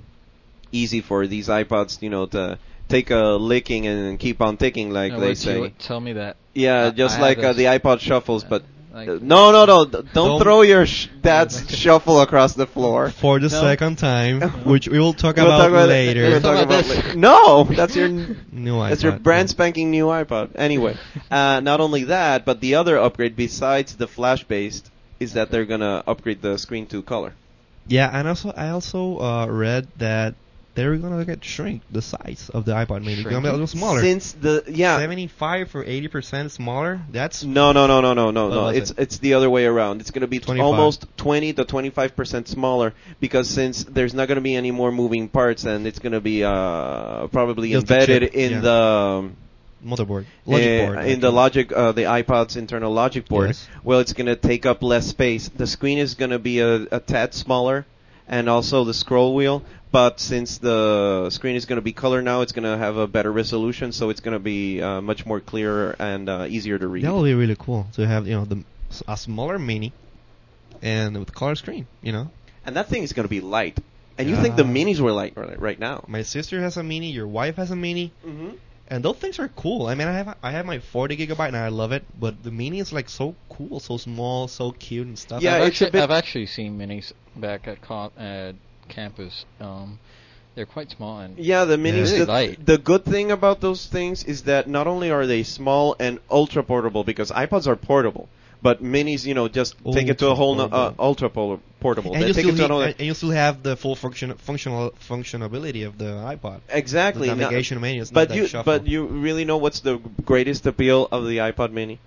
C: easy for these iPods, you know, to take a licking and keep on ticking, like
B: Now,
C: they
B: would you
C: say.
B: Tell me that.
C: Yeah,
B: I- I
C: just
B: have
C: like uh,
B: those.
C: the iPod shuffles, but
B: Like,
C: uh, no, no, no! d- Don't,
A: Don't-
C: throw your sh-
B: <laughs>
C: dad's shuffle across the floor.
A: for the
B: No.
C: <laughs>
A: second time, which we will talk
C: We'll
A: about
C: talk about it-
A: later.
C: we'll
B: Talk
C: talk
B: about
C: about
B: this.
C: later. No, that's <laughs> your
A: <laughs> no, I
C: That's your
A: thought-
C: brand spanking new iPod. Anyway, uh, not only that, but the other upgrade besides the flash based is that they're gonna upgrade the screen to color.
A: Yeah, and also I also uh, read that they're gonna get shrink the size of the iPod Mini. It's gonna be a little smaller.
C: Since the yeah.
A: Seventy-five or eighty percent smaller. That's
C: No, no, no, no, no, no,
A: What
C: no.
A: was
C: It's
A: it?
C: it's the other way around. It's gonna be t-
A: 25.
C: almost twenty to twenty five percent smaller because since there's not gonna be any more moving parts and it's gonna be uh probably
A: Just the
C: embedded
A: chip,
C: in
A: yeah.
C: the. um,
A: motherboard, logic
C: uh,
A: board.
C: in the
A: actually.
C: logic uh, the iPod's internal logic board.
A: Yes.
C: Well, it's going to take up less space. The screen is going to be a, a tad smaller, and also the scroll wheel. But since the screen is going to be color now, it's going to have a better resolution, so it's going to be uh, much more clearer and uh, easier to read.
A: That would be really cool to have you know the a smaller Mini, and with color screen. You know,
C: And that thing is going to be light. And you think the
A: Yeah.
C: minis were light right, right now?
A: my sister has a Mini. Your wife has a Mini.
C: Mm-hmm.
A: And those things are cool. I mean, I have I have my 40 gigabyte and I love it, but the mini is like so cool, so small, so cute and stuff.
C: Yeah,
B: I've,
C: it's a
B: actually,
C: bit-
B: I've actually seen minis back at, co- at campus. Um, they're quite small and
C: Yeah, the
A: Yeah.
C: minis.
A: Really
C: the,
B: light.
C: the good thing about those things is that not only are they small and ultra portable because iPods are portable, but minis, you know, just take it to a whole no, uh,
A: Ultra-portable.
C: ultra pol- portable.
A: and
C: they
A: you,
C: take
A: still
C: it to e-,
A: hea-
C: another.
A: and and you still have the full function functional functionality of the iPod.
C: Exactly.
A: The
C: no-
A: navigation menu is not
C: but
A: that
C: you,
A: shuffle.
C: but you really know what's the greatest appeal of the iPod Mini?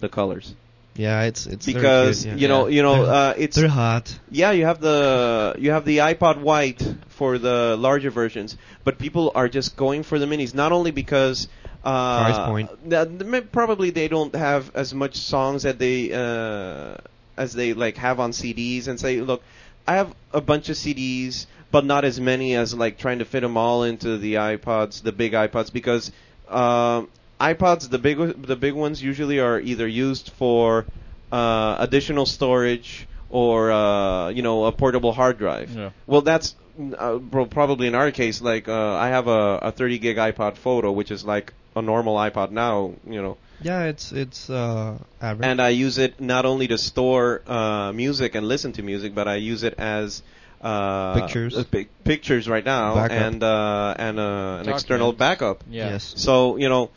C: The colors,
A: Yeah, it's it's very
C: because
A: cute, yeah.
C: you know,
A: Yeah.
C: you know,
A: They're-
C: uh, it's
A: they're hot.
C: Yeah, you have the you have the iPod White for the larger versions, but people are just going for the minis. Not only because uh,
A: Price point.
C: th- th- may- probably they don't have as much songs that they uh, as they like have on CDs and say, look, I have a bunch of CDs, but not as many as like trying to fit them all into the iPods, the big iPods, because um iPods, the big o- the big ones usually are either used for uh, additional storage or uh, you know a portable hard drive.
B: Yeah.
C: Well, that's uh, pro- probably in our case. Like uh, I have a, a 30 gig iPod Photo, which is like a normal iPod now, you know,
A: Yeah, it's it's uh average.
C: and I use it not only to store uh, music and listen to music, but I use it as uh,
A: Pictures.
C: uh, pic- pictures right now,
A: Backup.
C: and uh, and uh, an external
B: Documents.
C: backup.
B: yeah.
A: Yes.
C: So you know,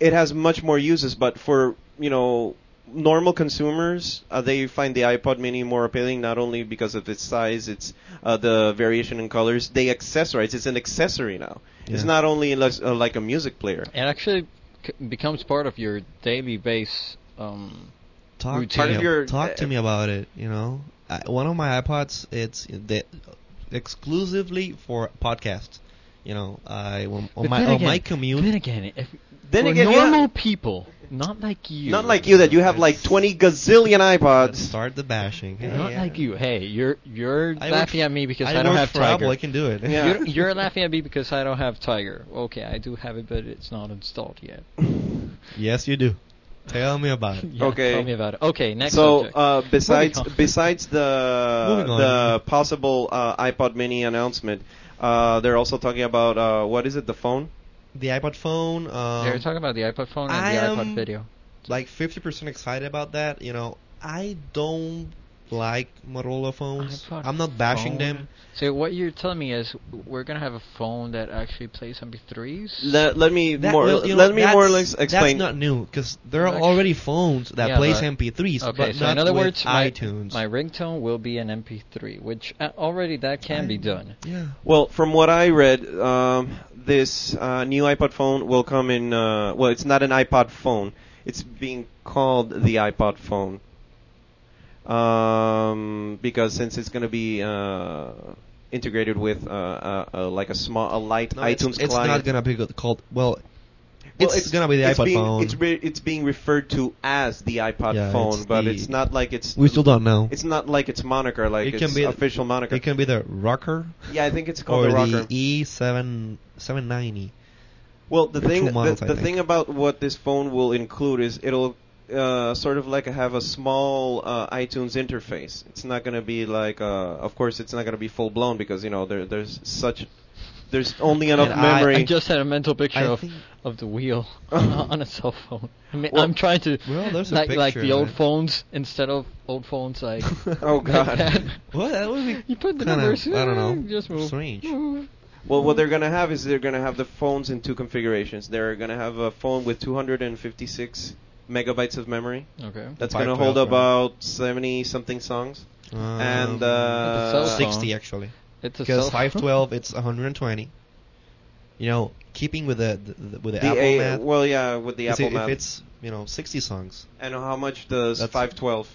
C: it has much more uses, but for you know normal consumers, uh, they find the iPod Mini more appealing not only because of its size, it's uh, the variation in colors. They accessorize; it's an accessory now. It's
A: Yeah.
C: not only like, uh, like a music player.
B: It actually c- becomes part of your daily base. Um,
A: talk to
B: Part
A: me,
B: of
C: your-
A: talk to
C: uh,
A: me about it. You know, I, one of my iPods, it's the, exclusively for podcasts. You know, I on, on
B: but
A: my
B: then
A: on
B: again,
A: my commute.
B: Then again, if,
C: Then
B: for
C: again, yeah.
B: normal people, not like you.
C: Not like you that you have like 20 gazillion
A: Let's
C: iPods.
A: start the bashing. Hey,
B: Not
A: yeah.
B: like you. Hey, you're you're
A: I work
B: laughing
A: f-
B: at me because
A: I,
B: I, don't
A: work
B: have
A: for
B: Tiger.
A: Apple. I can do it.
C: Yeah.
B: You're, you're laughing at me because I don't have Tiger. Okay, I do have it, but it's not installed
A: <laughs>
B: yet.
A: <laughs> yes, you do. Tell me
B: <laughs>
A: about it.
B: Yeah,
C: Okay.
B: Tell me about it. Okay, next
C: so
B: subject.
C: Uh, besides
B: Moving on.
C: besides the
A: Moving on.
C: the possible uh, iPod Mini announcement, uh, they're also talking about uh, what is it? The phone.
A: The iPod phone. Um,
B: They were talking about the iPod phone and
A: I
B: the
A: am-
B: iPod video.
A: like 50% excited about that. You know, I don't like Motorola phones.
B: iPod
A: I'm not bashing
B: phone.
A: them.
B: So what you're telling me is we're gonna have a phone that actually plays MP3s.
C: Let, let me more
A: well, you know,
C: let me more or
A: that's-
C: less explain.
A: That's not new because there are
B: Like-
A: already phones that
B: Yeah,
A: plays
B: but-
A: MP3s,
B: okay,
A: but
B: so
A: not
B: in other
A: with
B: words, my,
A: iTunes.
B: my ringtone will be an MP3, which uh, already that can be done.
A: yeah.
C: Well, from what I read, um, this uh, new iPod phone will come in. Uh, well, it's not an iPod phone. It's being called the iPod phone um, because since it's going to be uh, integrated with uh, uh, uh, like a small, a light
A: No, it's,
C: iTunes
A: it's
C: client.
A: not gonna be good called. Well,
C: Well,
A: it's, gonna be the
C: it's
A: iPod
C: being,
A: phone.
C: It's, re- it's being referred to as the iPod
A: Yeah,
C: phone,
A: it's
C: but
A: the-
C: it's not like it's.
A: we still don't know.
C: It's not like its moniker, like
A: It
C: its
A: can be-
C: official moniker.
A: It can be the rocker
C: yeah, I think it's called
A: or
C: the rocker.
A: E seven seven ninety.
C: Well, the
A: They're
C: thing
A: two models,
C: the,
A: I
C: the
A: think.
C: thing about what this phone will include is it'll uh, sort of like have a small uh, iTunes interface. It's not going to be like, uh, of course, it's not going to be full blown because you know there, there's such There's only enough
A: And I-
C: memory.
B: I just had a mental picture
A: I
B: of,
A: think-
B: of the
C: <laughs>
B: wheel on a cell phone. I mean,
C: Well-
B: I'm trying to
A: Well, there's a
B: like like
A: picture,
B: the old
A: man.
B: phones instead of old phones like.
C: <laughs>
A: <laughs>
C: oh
B: like
C: God. <laughs>
B: that.
A: Well, that would be
B: You put the
A: kinda-
B: numbers.
A: I don't know,
B: eh, Just move.
A: strange.
B: Move.
C: Well, what they're gonna have is they're gonna have the phones in two configurations. They're gonna have a phone with 256 megabytes of memory.
B: Okay.
C: That's
A: By
C: gonna hold
A: 12, right?
C: about 70 something songs.
A: uh,
C: and
B: The cell
C: uh,
B: phone.
A: 60 Um, actually.
B: It's a
A: Because
B: cell
A: 512 it's 120. You know, keeping with the, the with the,
C: The
A: Apple
C: A-
A: math.
C: well, yeah, with the
A: you see,
C: Apple
A: if
C: map.
A: it's you know 60 songs,
C: And how much does
A: That's-
C: 512?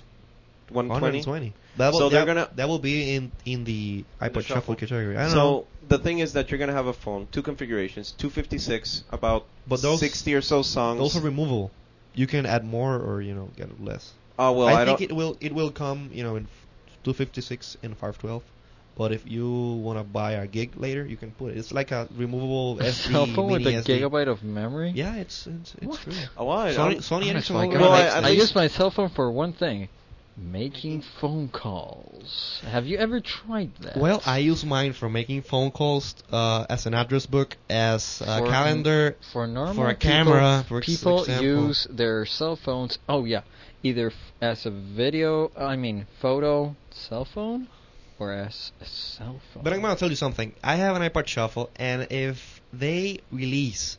C: 120.
A: 120. That will,
C: So they're
A: that-
C: gonna-
A: that will be in in the iPod
C: the
A: shuffle.
C: shuffle.
A: category. I don't
C: so
A: know.
C: the thing is that you're gonna have a phone, two configurations, 256, about
A: But those-
C: 60 or so songs.
A: Those are removable. You can add more or you know get less.
C: oh well,
A: I,
C: I,
A: think
C: don't.
A: it will it will come you know in f- 256 and 512. But if you want to buy a gig later, you can put it. It's like a
B: <laughs>
A: removable
B: phone. <laughs> A
A: SD
B: cell phone with
A: mini
B: a
A: SD.
B: gigabyte of memory.
A: Yeah, it's it's, it's
B: What?
A: true.
C: oh, I
A: Sony,
C: don't.
A: Sony
B: Oh
A: Ericsson
B: my
A: already
B: God.
C: Well,
A: makes
C: I- at
B: I
A: this.
C: least-
B: use my cell phone for one thing. Making phone calls. Have you ever tried that?
A: Well, I use mine for making phone calls uh, as an address book, as a
B: For-
A: uh, calendar.
B: for normal
A: for a
B: people-
A: camera, for ex-
B: people
A: example.
B: use their cell phones. Oh yeah, either f- as a video, I mean photo cell phone, or as a cell phone.
A: But I'm gonna tell you something. I have an iPod Shuffle, and if they release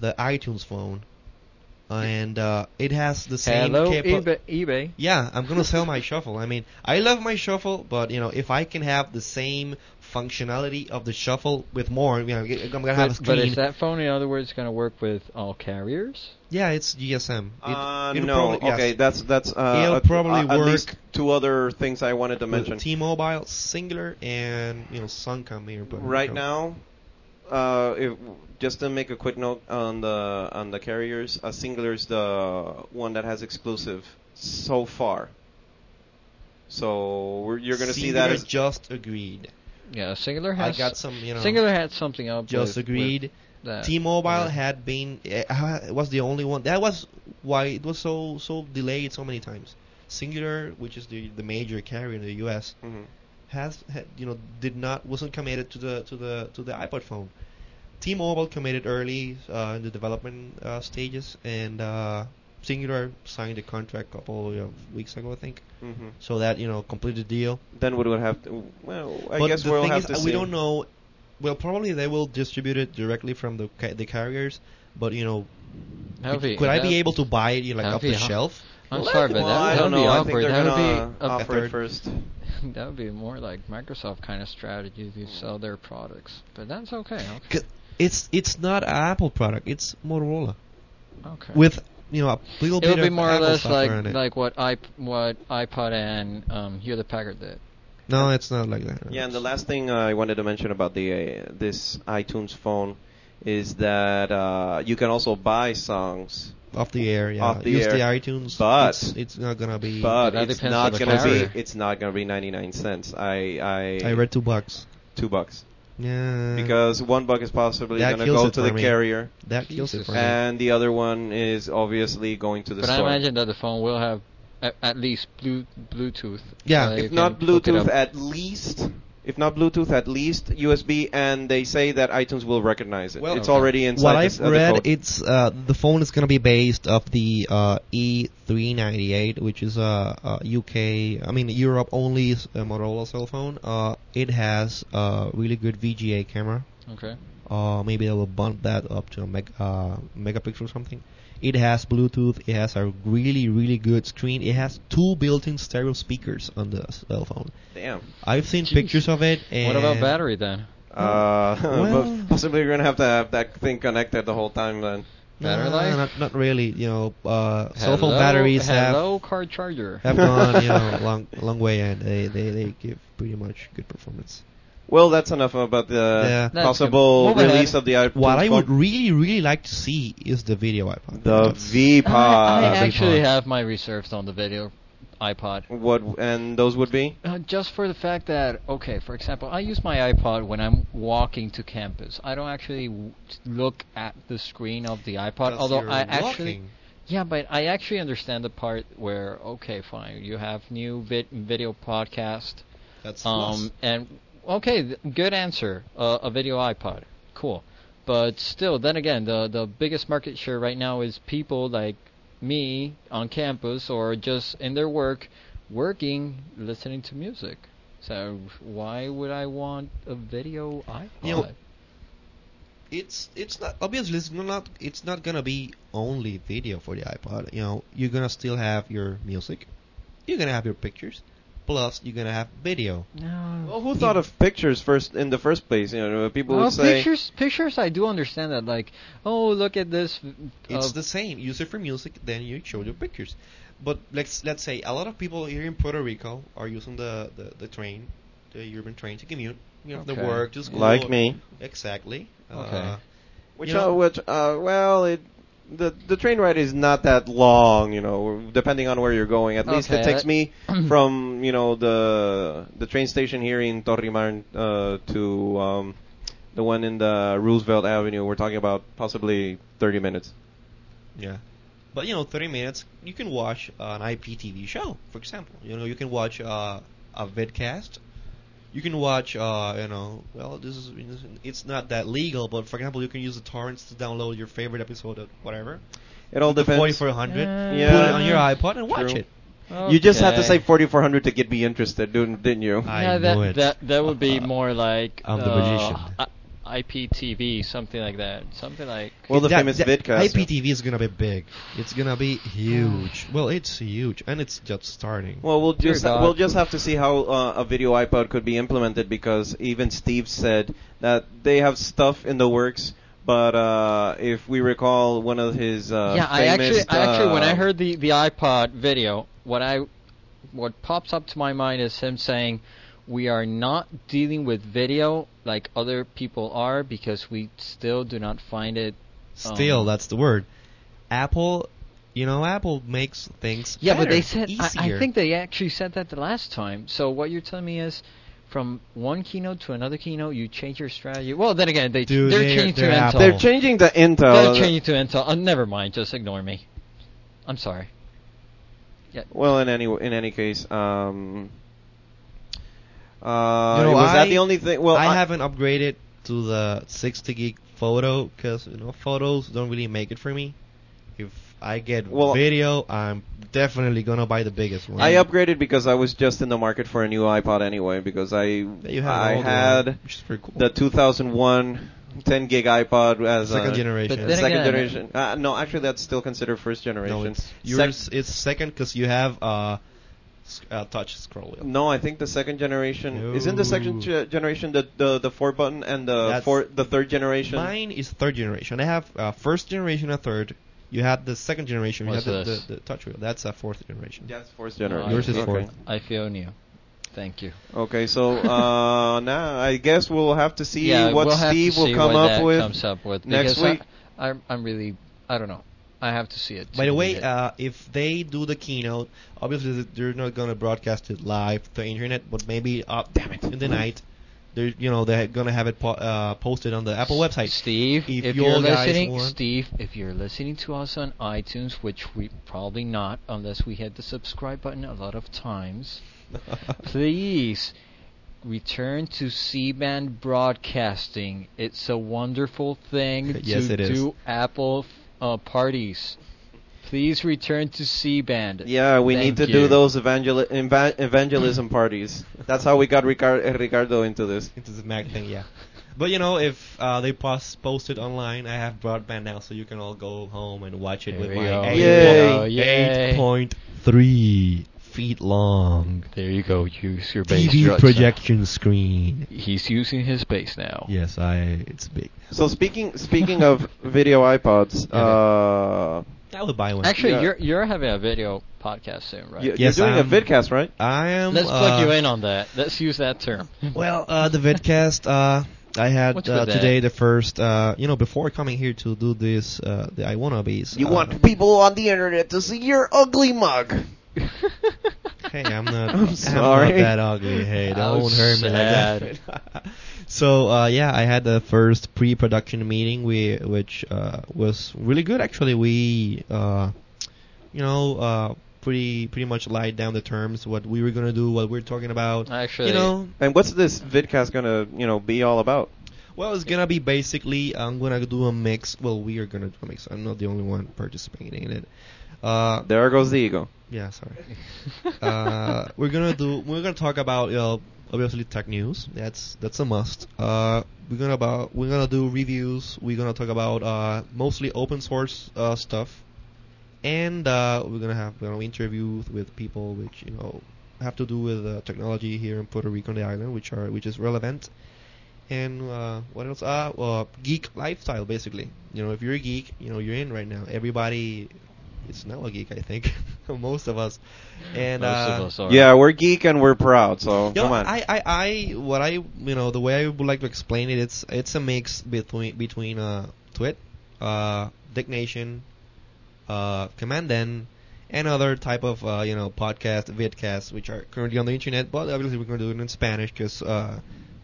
A: the iTunes phone, and uh, it has the same
B: Hello,
A: capa-
B: eBay, eBay.
A: Yeah, I'm gonna sell my shuffle. I mean, I love my shuffle, but you know, if I can have the same functionality of the shuffle with more, you know, I'm gonna have a
B: But, but
A: screen.
B: is that phone, in other words, going to work with all carriers?
A: yeah, it's GSM. It-
C: Uh,
A: it'll
C: no,
A: probably- yes.
C: okay, that's that's. Uh,
A: It'll
C: a-
A: probably
C: a- at
A: work
C: least two other things I wanted to mention.
A: T-Mobile, Singular, and you know Suncom here. But
C: right now, uh, if, just to make a quick note on the on the carriers, uh, Singular is the one that has exclusive so far. So we're, you're gonna see that
A: Singular
C: as
A: just agreed.
B: Yeah, Singular
A: I
B: has.
A: got some, you know,
B: Singular had something up.
A: just
B: with-
A: agreed.
B: with that.
A: T-Mobile
B: Yeah.
A: had been eh, ha- was the only one. That was why it was so so delayed so many times. Singular, which is the the major carrier in the U.S.,
C: Mhm.
A: has had, you know did not wasn't committed to the to the to the iPod phone. T-Mobile committed early uh, in the development uh, stages, and uh, Singular signed a contract a couple of weeks ago, I think.
C: Mhm.
A: So that you know completed the deal.
C: Then we would have to. Well, I
A: but
C: guess
A: the
C: we'll
A: thing
C: have
A: is,
C: to
A: uh,
C: see.
A: we don't know. Well, probably they will distribute it directly from the ca- the carriers, but you know,
B: Heavy,
A: could I
B: that-
A: be able to buy it you know, like
B: that'd
A: off
B: be
A: the
B: ho-
A: shelf?
B: I'm
A: Well,
B: sorry, but
C: Well,
B: that,
C: I
B: that
C: don't
B: would be
C: know. I think
B: awkward.
C: they're
B: That would
C: gonna
B: be a
C: offer it
A: third.
C: first.
B: <laughs> That would be more like Microsoft kind of strategy to sell their products, but that's okay. Okay.
A: 'Cause It's it's not an Apple product. It's Motorola
B: okay.
A: with you know a little
B: it
A: bit
B: would be
A: of
B: more or
A: Apple
B: less
A: software
B: like
A: in it.
B: like what i what iPod and um, Hewlett Packard did.
A: no, it's not like that.
C: Yeah, and the last thing uh, I wanted to mention about the uh, this iTunes phone is that uh, you can also buy songs,
A: off the air. Yeah,
C: Off the
A: use the
C: air.
A: iTunes.
C: But-
A: it's, it's not gonna be.
C: but
B: that
C: it's
B: depends
C: not
B: on the
C: gonna
B: carrier.
C: be it's not gonna be 99 cents. I I,
A: I read two bucks.
C: two bucks
A: Yeah,
C: because one buck is possibly
A: That
C: gonna
A: kills
C: go
A: it
C: to
A: for
C: the
A: me.
C: carrier,
A: that kills it
B: Jesus.
A: for me.
C: and the other one is obviously going to the
B: But I
C: store.
B: imagine that the phone will have at, at least blu- Bluetooth.
A: Yeah.
B: so
A: If
B: you
C: if
B: can
C: not
B: hook it up.
C: Bluetooth, at least if not Bluetooth, at least USB, and they say that iTunes will recognize it.
A: Well,
C: it's
B: okay.
C: already inside.
A: What
C: this,
A: I've
C: uh, the
A: read,
C: code.
A: it's uh, the phone is going to be based off the uh, E398, which is a uh, uh, UK, I mean Europe only s- uh, Motorola cell phone. Uh, it has a really good VGA camera.
B: Okay.
A: Uh, maybe they will bump that up to a meg- uh, megapixel or something. It has Bluetooth. It has a really really good screen. It has two built-in stereo speakers on the cell phone.
C: Damn.
A: I've seen
B: Jeez.
A: pictures of it. And
B: What about battery then?
C: Uh, <laughs>
A: Well-
C: but possibly you're gonna have to have that thing connected the whole time then.
B: Battery
A: No,
B: life?
A: Not, not really. You know, uh, cell phone
B: Hello-
A: batteries have
B: hello card charger.
A: <laughs> have gone you know long long way and they, they, they give pretty much good performance.
C: Well, that's enough about the
A: Yeah.
B: That's
C: possible
B: good. Moving
C: release
B: on.
C: of the iPhone.
A: What I would really really like to see is the video iPod.
C: the
A: That's-
C: V
B: I, I
A: big
B: actually
A: pod.
B: have my reserves on the video iPod.
C: What and those would be?
B: Uh, just for the fact that, okay, for example, I use my iPod when I'm walking to campus. I don't actually w- look at the screen of the iPod,
A: Because
B: although
A: you're
B: I actually.
A: walking.
B: Yeah, but I actually understand the part where, okay, fine, you have new vid- video podcast.
A: that's
B: Um, and okay, th- good answer. Uh, a video iPod, cool. But still, then again, the the biggest market share right now is people like me on campus or just in their work, working, listening to music. So why would I want a video iPod?
A: You know, it's it's not obviously it's not it's not gonna be only video for the iPod. You know, you're gonna still have your music, you're gonna have your pictures, plus you're gonna have video.
B: no.
C: Well, who thought of pictures first in the first place? You know, people
B: Well,
C: would say
B: pictures, pictures. I do understand that. Like, oh, look at this.
A: It's
B: uh,
A: the same. Use it for music, then you show your pictures. But let's let's say a lot of people here in Puerto Rico are using the the, the train, the urban train to commute. You know, to
B: Okay.
A: work, to school.
C: like me,
A: Exactly.
B: Okay.
A: Uh,
C: which
A: You know-
C: uh, which uh, well, it the the train ride is not that long. You know, depending on where you're going. At least it
B: Okay,
C: takes
B: that- <clears throat>
C: me from you know the the train station here in Torrimar uh, to um, the one in the Roosevelt Avenue. We're talking about possibly 30 minutes.
A: Yeah. But you know, 30 minutes, you can watch an IPTV show, for example. You know, you can watch uh, a vidcast. You can watch, uh, you know, well, this is it's not that legal, but for example, you can use the torrents to download your favorite episode of whatever.
C: It all depends.
A: 4400,
B: Yeah.
A: put it on your iPod and watch
C: True.
A: it.
C: You just had to
B: oh, okay.
C: say 4400 to get me interested, didn't, didn't you?
A: I
B: yeah, that,
A: knew it.
B: that that would be
A: Uh,
B: more like
A: I'm the
B: uh,
A: magician.
B: I- IPTV, something like that. Something like
C: Well, the
A: That-
C: famous
A: that-
C: vidcast.
A: IPTV is gonna be big. It's gonna be huge. Well, it's huge, and it's just starting.
C: Well, we'll
B: Dear
C: just
B: God.
C: we'll just have to see how uh, a video iPod could be implemented because even Steve said that they have stuff in the works. But uh, if we recall, one of his uh,
B: yeah. I
C: famous,
B: actually, I actually, when I
C: uh,
B: heard the the iPod video, what I what pops up to my mind is him saying, "We are not dealing with video like other people are because we still do not find it."
A: Still,
B: um,
A: that's the word. Apple, you know, Apple makes things.
B: Yeah, but
A: better,
B: they said I, I
A: easier.
B: think they actually said that the last time. So what you're telling me is, from one keynote to another keynote, you change your strategy. Well, then again, they
A: Dude,
B: they're,
A: they're-
B: changing
A: they're
B: to Intel.
A: Apple.
C: they're changing the Intel.
B: They're changing to Intel. Uh, never mind. Just ignore me. I'm sorry. Yeah.
C: Well, in any in any case, um, uh,
A: You know,
C: was that
A: I-
C: the only thing? Well,
A: I, haven't upgraded to the 60 gig photo because you know photos don't really make it for me. If I get
C: Well-
A: video, I'm definitely gonna buy the biggest one.
C: I upgraded because I was just in the market for a new iPod anyway because I
A: That you have
C: I
A: all the-
C: had
A: which is pretty cool.
C: the 2001 10 gig iPod as
A: second
C: a
A: generation.
B: But then
C: second
B: again-
C: generation. Uh, no, actually that's still considered first generation.
A: no, it's
C: Sec-
A: yours. it's second because you have uh, sc- uh, touch scroll wheel.
C: no, I think the second generation isn't the second
A: No.
C: ge- generation the, the the four button and the
A: That's-
C: four the third generation.
A: Mine is third generation. I have uh, first generation and third. You had the second generation.
B: What's
A: you had the,
B: this?
A: the, the touch wheel. That's a fourth generation.
C: That's fourth
B: No,
C: generation.
B: I-
A: Yours is
C: okay.
A: fourth.
B: I feel new. Thank you.
C: Okay, so uh, <laughs> now I guess we'll have to see
B: yeah,
C: what
B: we'll have to
C: Steve will
B: see
C: come
B: what
C: up
B: that
C: with.
B: comes up with
C: next
B: because I-
C: week.
B: I'm, I'm really. I don't know. I have to see it. to
A: By the way,
B: believe it.
A: uh, if they do the keynote, obviously th- they're not gonna broadcast it live to the internet, but maybe uh, damn it in the night, they're you know they're gonna have it po- uh, posted on the Apple website.
B: Steve,
A: if
B: if,
A: you
B: you're
A: all guys
B: listening,
A: want-
B: Steve, if you're listening to us on iTunes, which we probably not, unless we hit the subscribe button a lot of times, please return to C-band broadcasting. It's a wonderful thing
A: <laughs> Yes,
B: to
A: it is.
B: do Apple uh, parties. Please return to C-band.
C: <laughs> Yeah, we need to
B: Thank
C: do
B: you.
C: those evangel- eva- evangelism parties. That's how we got Ricar- Ricardo into this.
A: Into the Mac thing, yeah. But you know, if uh, they post post it online, I have broadband now, so you can all go home and watch it
B: There
A: with
B: we
A: my
B: go.
C: Yay.
B: Yay.
A: eight point three feet long
B: There you go. Use your bass.
A: TV
B: drugs.
A: projection screen.
B: He's using his bass now.
A: Yes, I. It's big.
C: So speaking speaking <laughs> of video iPods, uh,
A: I would buy one.
B: Actually,
C: Yeah.
B: you're you're having a video podcast soon, right?
C: you,
A: Yes,
C: you're doing
A: I'm-
C: a vidcast, right?
A: I am.
B: Let's plug
A: uh,
B: you in on that. Let's use that term.
A: <laughs> Well, uh, the vidcast. Uh, I had
B: What's
A: uh,
B: with that?
A: today the first. Uh, you know, before coming here to do this, uh, the I wanna bees.
C: You
A: uh,
C: want people on the internet to see your ugly mug.
A: Hey, I'm
C: <laughs>
A: not.
C: I'm
A: I'm
C: sorry. Oh,
A: not that ugly. Hey,
B: How
A: don't hurt me like that. <laughs> so uh, yeah, I had the first pre-production meeting, we, which uh, was really good. Actually, we, uh, you know, uh, pretty pretty much laid down the terms, what we were gonna do, what we're talking about.
B: Actually,
A: you know,
C: And what's this vidcast gonna you know be all about?
A: well, it's gonna be basically I'm gonna do a mix. Well, we are gonna do a mix. I'm not the only one participating in it. Uh,
C: There goes the ego.
A: yeah, sorry. uh, we're gonna do. We're gonna talk about you know, obviously tech news. That's that's a must. Uh, we're gonna about we're gonna do reviews. We're gonna talk about uh, mostly open source uh, stuff, and uh, we're gonna have we're gonna interview with people which you know have to do with uh, technology here in Puerto Rico on the island, which are which is relevant. And uh, what else? Uh, well, geek lifestyle, basically. You know, if you're a geek, you know you're in right now. Everybody is now a geek, I think. <laughs> Most of us. And
B: most
A: uh,
B: of us are.
C: Yeah, we're geek and we're proud. So
A: you know,
C: come on.
A: I, I, I, what I, you know, the way I would like to explain it, it's, it's a mix between, between, uh, Twit, uh, Dick Nation, uh, Command N, and other type of, uh, you know, podcast, vidcasts, which are currently on the internet, but obviously we're going to do it in Spanish because, uh,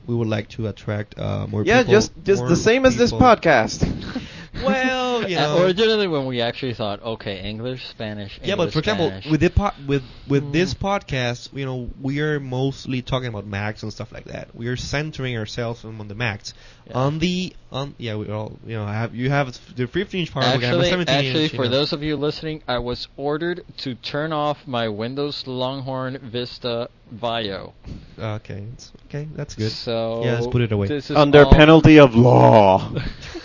A: we would like to attract, uh, more
C: yeah,
A: people.
C: just just
A: more
C: the same as this
A: people.
C: podcast.
A: Well, you
B: <laughs> Uh,
A: know.
B: Originally, when we actually thought, okay, English, Spanish,
A: Yeah, but
B: English,
A: for example,
B: Spanish.
A: with the po- with with this
B: Mm.
A: podcast, you know, we are mostly talking about Macs and stuff like that. We are centering ourselves on on the Macs.
B: Yeah.
A: On the on yeah, we all you know I have you have the 15 inch part. we have a
B: actually,
A: 17
B: actually,
A: inch, you
B: for
A: know.
B: those of you listening, I was ordered to turn off my Windows Longhorn Vista Vio.
A: Okay, it's, okay, that's good.
B: So
A: Yeah, let's put it away.
B: This is
C: Under
B: all- <laughs>
C: penalty of law.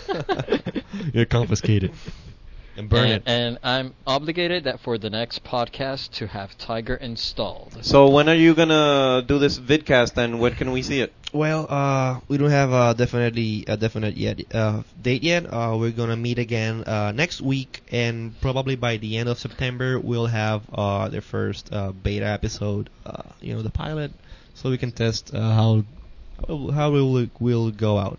A: <laughs> You're confiscated and
B: <laughs>
A: burn
B: and,
A: it.
B: And I'm obligated that for the next podcast to have Tiger installed.
C: so when are you gonna do this vidcast and when can we see it?
A: Well, uh, we don't have a definitely a definite yet uh, date yet. Uh, we're gonna meet again uh, next week, and probably by the end of September, we'll have uh, the first uh, beta episode. Uh, you know, the pilot, so we can test uh, how how we will will go out.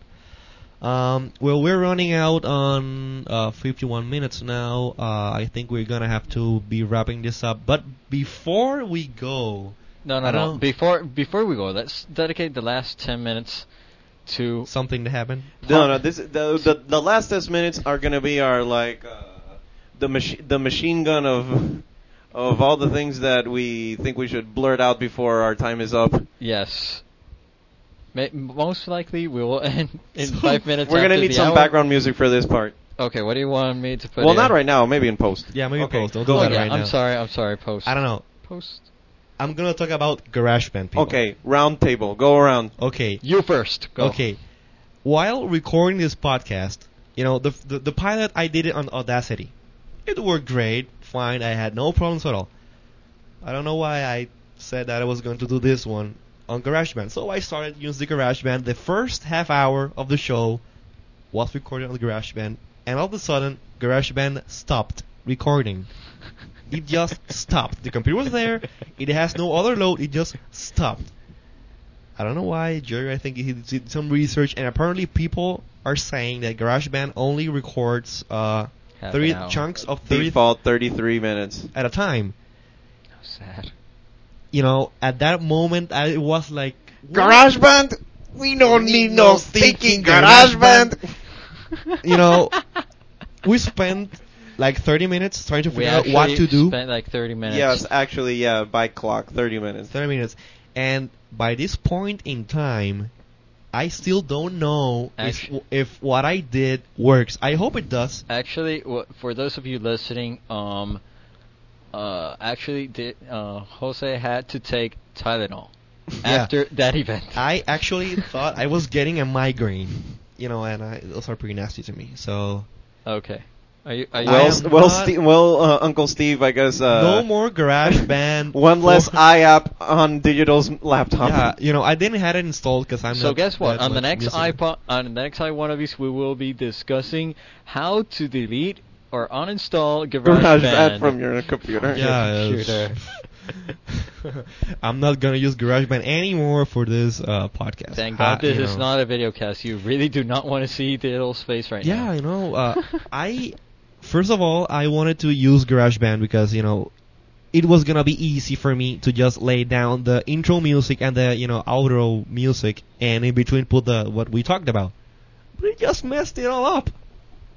A: Um, well, we're running out on uh, 51 minutes now. Uh, I think we're gonna have to be wrapping this up. But before we go,
B: No, no,
A: I
B: no.
A: don't-
B: Before before we go, let's dedicate the last ten minutes to
A: something to happen.
C: No, no. This the the, the last ten minutes are gonna be our like uh, the mach- the machine gun of of all the things that we think we should blurt out before our time is up.
B: yes. May, most likely we will <laughs> end in five minutes.
C: We're gonna
B: after
C: need
B: the
C: some
B: hour.
C: background music for this part.
B: Okay, what do you want me to put?
C: well,
B: in?
C: not right now. Maybe in post.
A: Yeah, maybe
C: Okay,
A: post. Don't
C: go
A: do
B: Oh,
A: that
B: yeah,
A: right
B: I'm
A: now.
B: sorry. I'm sorry. Post.
A: I don't know.
B: Post.
A: I'm gonna talk about GarageBand. People.
C: Okay, round table. Go around.
A: Okay.
B: You first. Go.
A: Okay. While recording this podcast, you know the, the the pilot I did it on Audacity. It worked great, fine. I had no problems at all. I don't know why I said that I was going to do this one on GarageBand. So I started using the GarageBand. The first half hour of the show was recorded on the GarageBand, and all of a sudden, GarageBand stopped recording. It just stopped. The computer was there. It has no other load. It just stopped. I don't know why, Jerry. I think he did some research, and apparently people are saying that GarageBand only records uh,
B: Half
A: three
B: an hour.
A: chunks of three
C: Default 33 minutes.
A: at a time.
B: How sad.
A: You know, at that moment, I it was like
C: GarageBand. We don't need no stinking GarageBand.
A: You know, we spent like 30 minutes trying to
B: We
A: figure out what
B: actually
A: to do.
B: Spent like 30 minutes.
C: Yes, actually, yeah. By clock, 30 minutes.
A: 30 minutes, and by this point in time, I still don't know if,
B: Actu-
A: if what I did works. I hope it does.
B: Actually, wh- for those of you listening, um, uh, actually, did, uh, Jose had to take Tylenol after that event.
A: I actually thought I was getting a migraine, you know, and I, those are pretty nasty to me. So
B: Okay. Are you? Are you
C: Well,
A: am
C: s- well,
A: not-
C: Ste- well, uh, Uncle Steve, I guess. Uh,
A: no more garage
C: <laughs>
A: band.
C: One
A: <laughs>
C: less IAP on Digital's laptop. <laughs>
A: Yeah, you know, I didn't had it installed because I'm.
B: so
A: not
B: guess what?
A: that
B: On the
A: much
B: next
A: music-
B: iPod, on the next iWannabes, we will be discussing how to delete or uninstall
C: Garage
B: GarageBand
C: that from your computer.
A: Yeah,
B: computer.
A: <laughs>
B: <laughs>
A: I'm not gonna use GarageBand anymore for this uh, podcast.
B: Thank
A: Ha-
B: God this
A: you
B: is
A: know.
B: not a video cast. You really do not want to see Diddle's face right
A: Yeah,
B: now.
A: you know, <laughs> uh, I first of all I wanted to use GarageBand because you know it was gonna be easy for me to just lay down the intro music and the you know outro music and in between put the what we talked about. But it just messed it all up.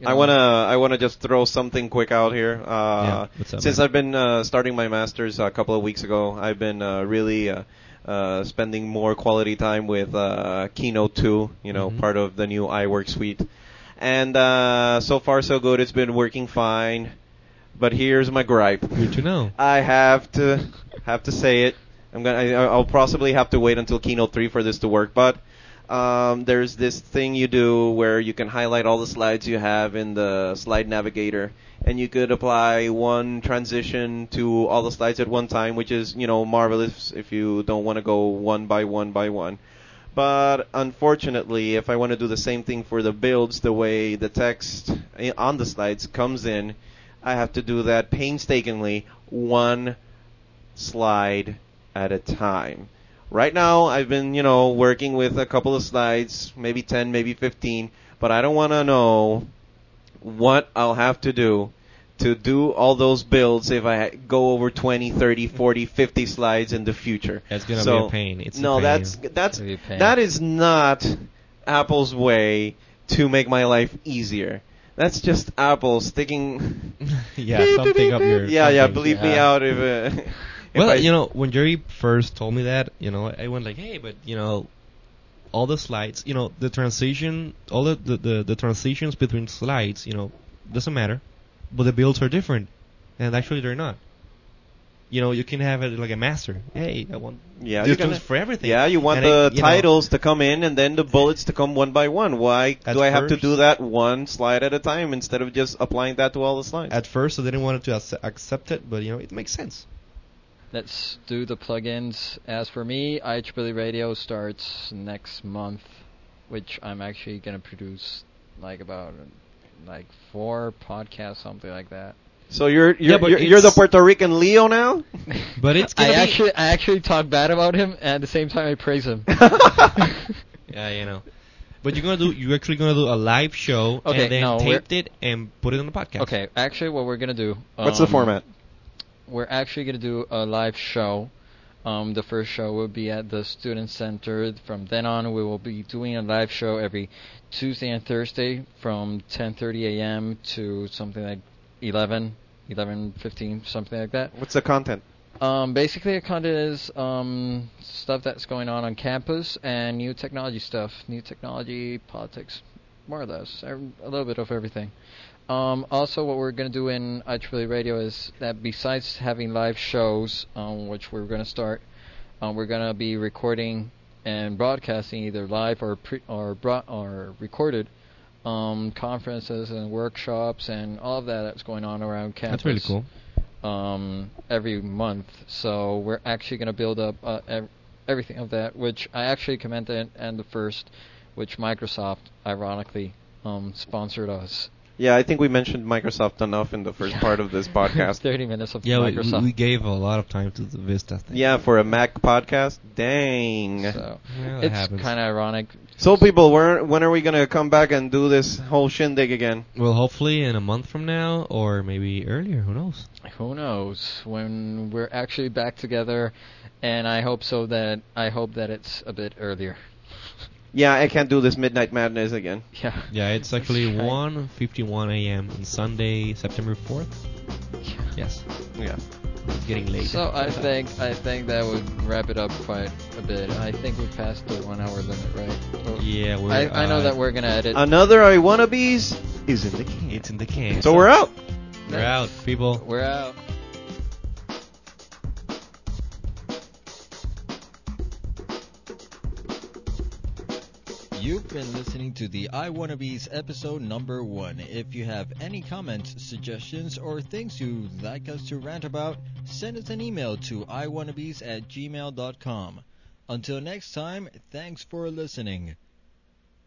B: you
C: I
B: know?
C: wanna I wanna just throw something quick out here.
A: Yeah,
C: Uh,
A: what's up,
C: since
A: man?
C: I've been uh, starting my masters a couple of weeks ago, I've been uh, really uh, uh, spending more quality time with uh, Keynote 2. You know,
A: Mhm.
C: part of the new iWork suite. And uh, so far so good. It's been working fine. But here's my gripe.
A: Good to know.
C: I have to have to say it. I'm gonna. I, I'll possibly have to wait until Keynote 3 for this to work, but um, there's this thing you do where you can highlight all the slides you have in the slide navigator, and you could apply one transition to all the slides at one time, which is you know marvelous if you don't want to go one by one by one. But unfortunately, if I want to do the same thing for the builds, the way the text i- on the slides comes in, I have to do that painstakingly, one slide at a time. Right now, I've been, you know, working with a couple of slides, maybe 10, maybe 15, but I don't want to know what I'll have to do to do all those builds if I go over 20, 30, 40, 50 slides in the future.
A: That's gonna
C: So-
A: be a pain. It's
C: no,
A: a pain.
C: that's that's
B: It'd be a pain.
C: that is not Apple's way to make my life easier. That's just Apple sticking.
A: <laughs> <laughs> yeah, something up <laughs> your.
C: yeah, yeah.
A: something.
C: Believe me
B: Yeah.
C: out
A: <laughs>
C: if. Uh, if
A: Well,
C: I-
A: you know, when Jerry first told me that, you know, I went like, "Hey, but you know, all the slides, you know, the transition, all the the, the, the transitions between slides, you know, doesn't matter, but the builds are different, and actually they're not. You know, you can have it like a master. Hey, I want
C: Yeah,
A: this
C: you can-
A: goes for everything.
C: Yeah, you want
A: And I-
C: the
A: you know,
C: titles to come in and then the bullets to come one by one. Why
A: At
C: do I have to
A: first-
C: do that one slide at a time instead of just applying that to all the slides?
A: at first, I didn't want to ac- accept it, but you know, it makes sense.
B: Let's do the plugins. As for me, IEEE Radio starts next month, which I'm actually gonna produce like about like four podcasts, something like that.
C: so you're
A: Yeah,
C: you're
A: but
C: you're, you're the
A: it's-
C: Puerto Rican Leo
A: <laughs>
C: now. <laughs>
A: But it's
B: I
A: gonna be-
B: actually I actually talk bad about him and at the same time I praise
A: <laughs>
B: him. <laughs>
A: Yeah, you know. But you're gonna do. You're actually gonna do a live show
B: Okay,
A: and then
B: no, we're-
A: taped it and put it on the podcast.
B: okay, actually what we're gonna do
C: What's the
B: um,
C: format?
B: We're actually gonna do a live show. Um, the first show will be at the student center. From then on, we will be doing a live show every Tuesday and Thursday from 10:30 a.m. to something like 11, 11:15, something like that.
C: What's the content?
B: Um, basically, it kind of is um, stuff that's going on on campus and new technology stuff, new technology, politics, more or less, ev- a little bit of everything. Um, also, what we're going to do in IEEE Radio is that besides having live shows, um, which we're going to start, um, we're going to be recording and broadcasting either live or pre- or bro- or recorded um, conferences and workshops and all of that that's going on around campus
A: that's really cool.
B: um, every month. So we're actually going to build up uh, ev- everything of that, which I actually commented and the first, which Microsoft ironically um, sponsored us.
C: Yeah, I think we mentioned Microsoft enough in the first part of
B: <laughs>
C: this podcast.
B: 30 minutes of
A: Yeah, we,
B: Microsoft.
A: we gave a lot of time to the Vista thing.
C: Yeah, for a Mac podcast, dang. So,
B: so
A: Well, that
B: it's
A: happens.
B: kind of ironic.
C: people, where, when are we gonna come back and do this whole shindig again?
A: Well, hopefully in a month from now, or maybe earlier. Who knows?
B: Who knows when we're actually back together, and I hope so that I hope that it's a bit earlier. <laughs>
C: Yeah, I can't do this midnight madness again.
B: Yeah.
A: Yeah, it's actually
B: Right.
A: 1:51 a.m. on Sunday, September 4th. Yes,
C: Yeah.
A: it's getting late.
B: So I think I think that would wrap it up quite a bit. I think we passed the one hour limit, right? Well,
A: Yeah, we're.
B: I, I know
A: uh,
B: that we're gonna edit.
C: Another I wannabes is in the can.
A: It's in the can.
C: so we're out.
A: We're out, people.
B: We're out.
D: You've been listening to the I Wannabes episode number one. If you have any comments, suggestions, or things you'd like us to rant about, send us an email to iwannabes at gmail.com. Until next time, thanks for listening.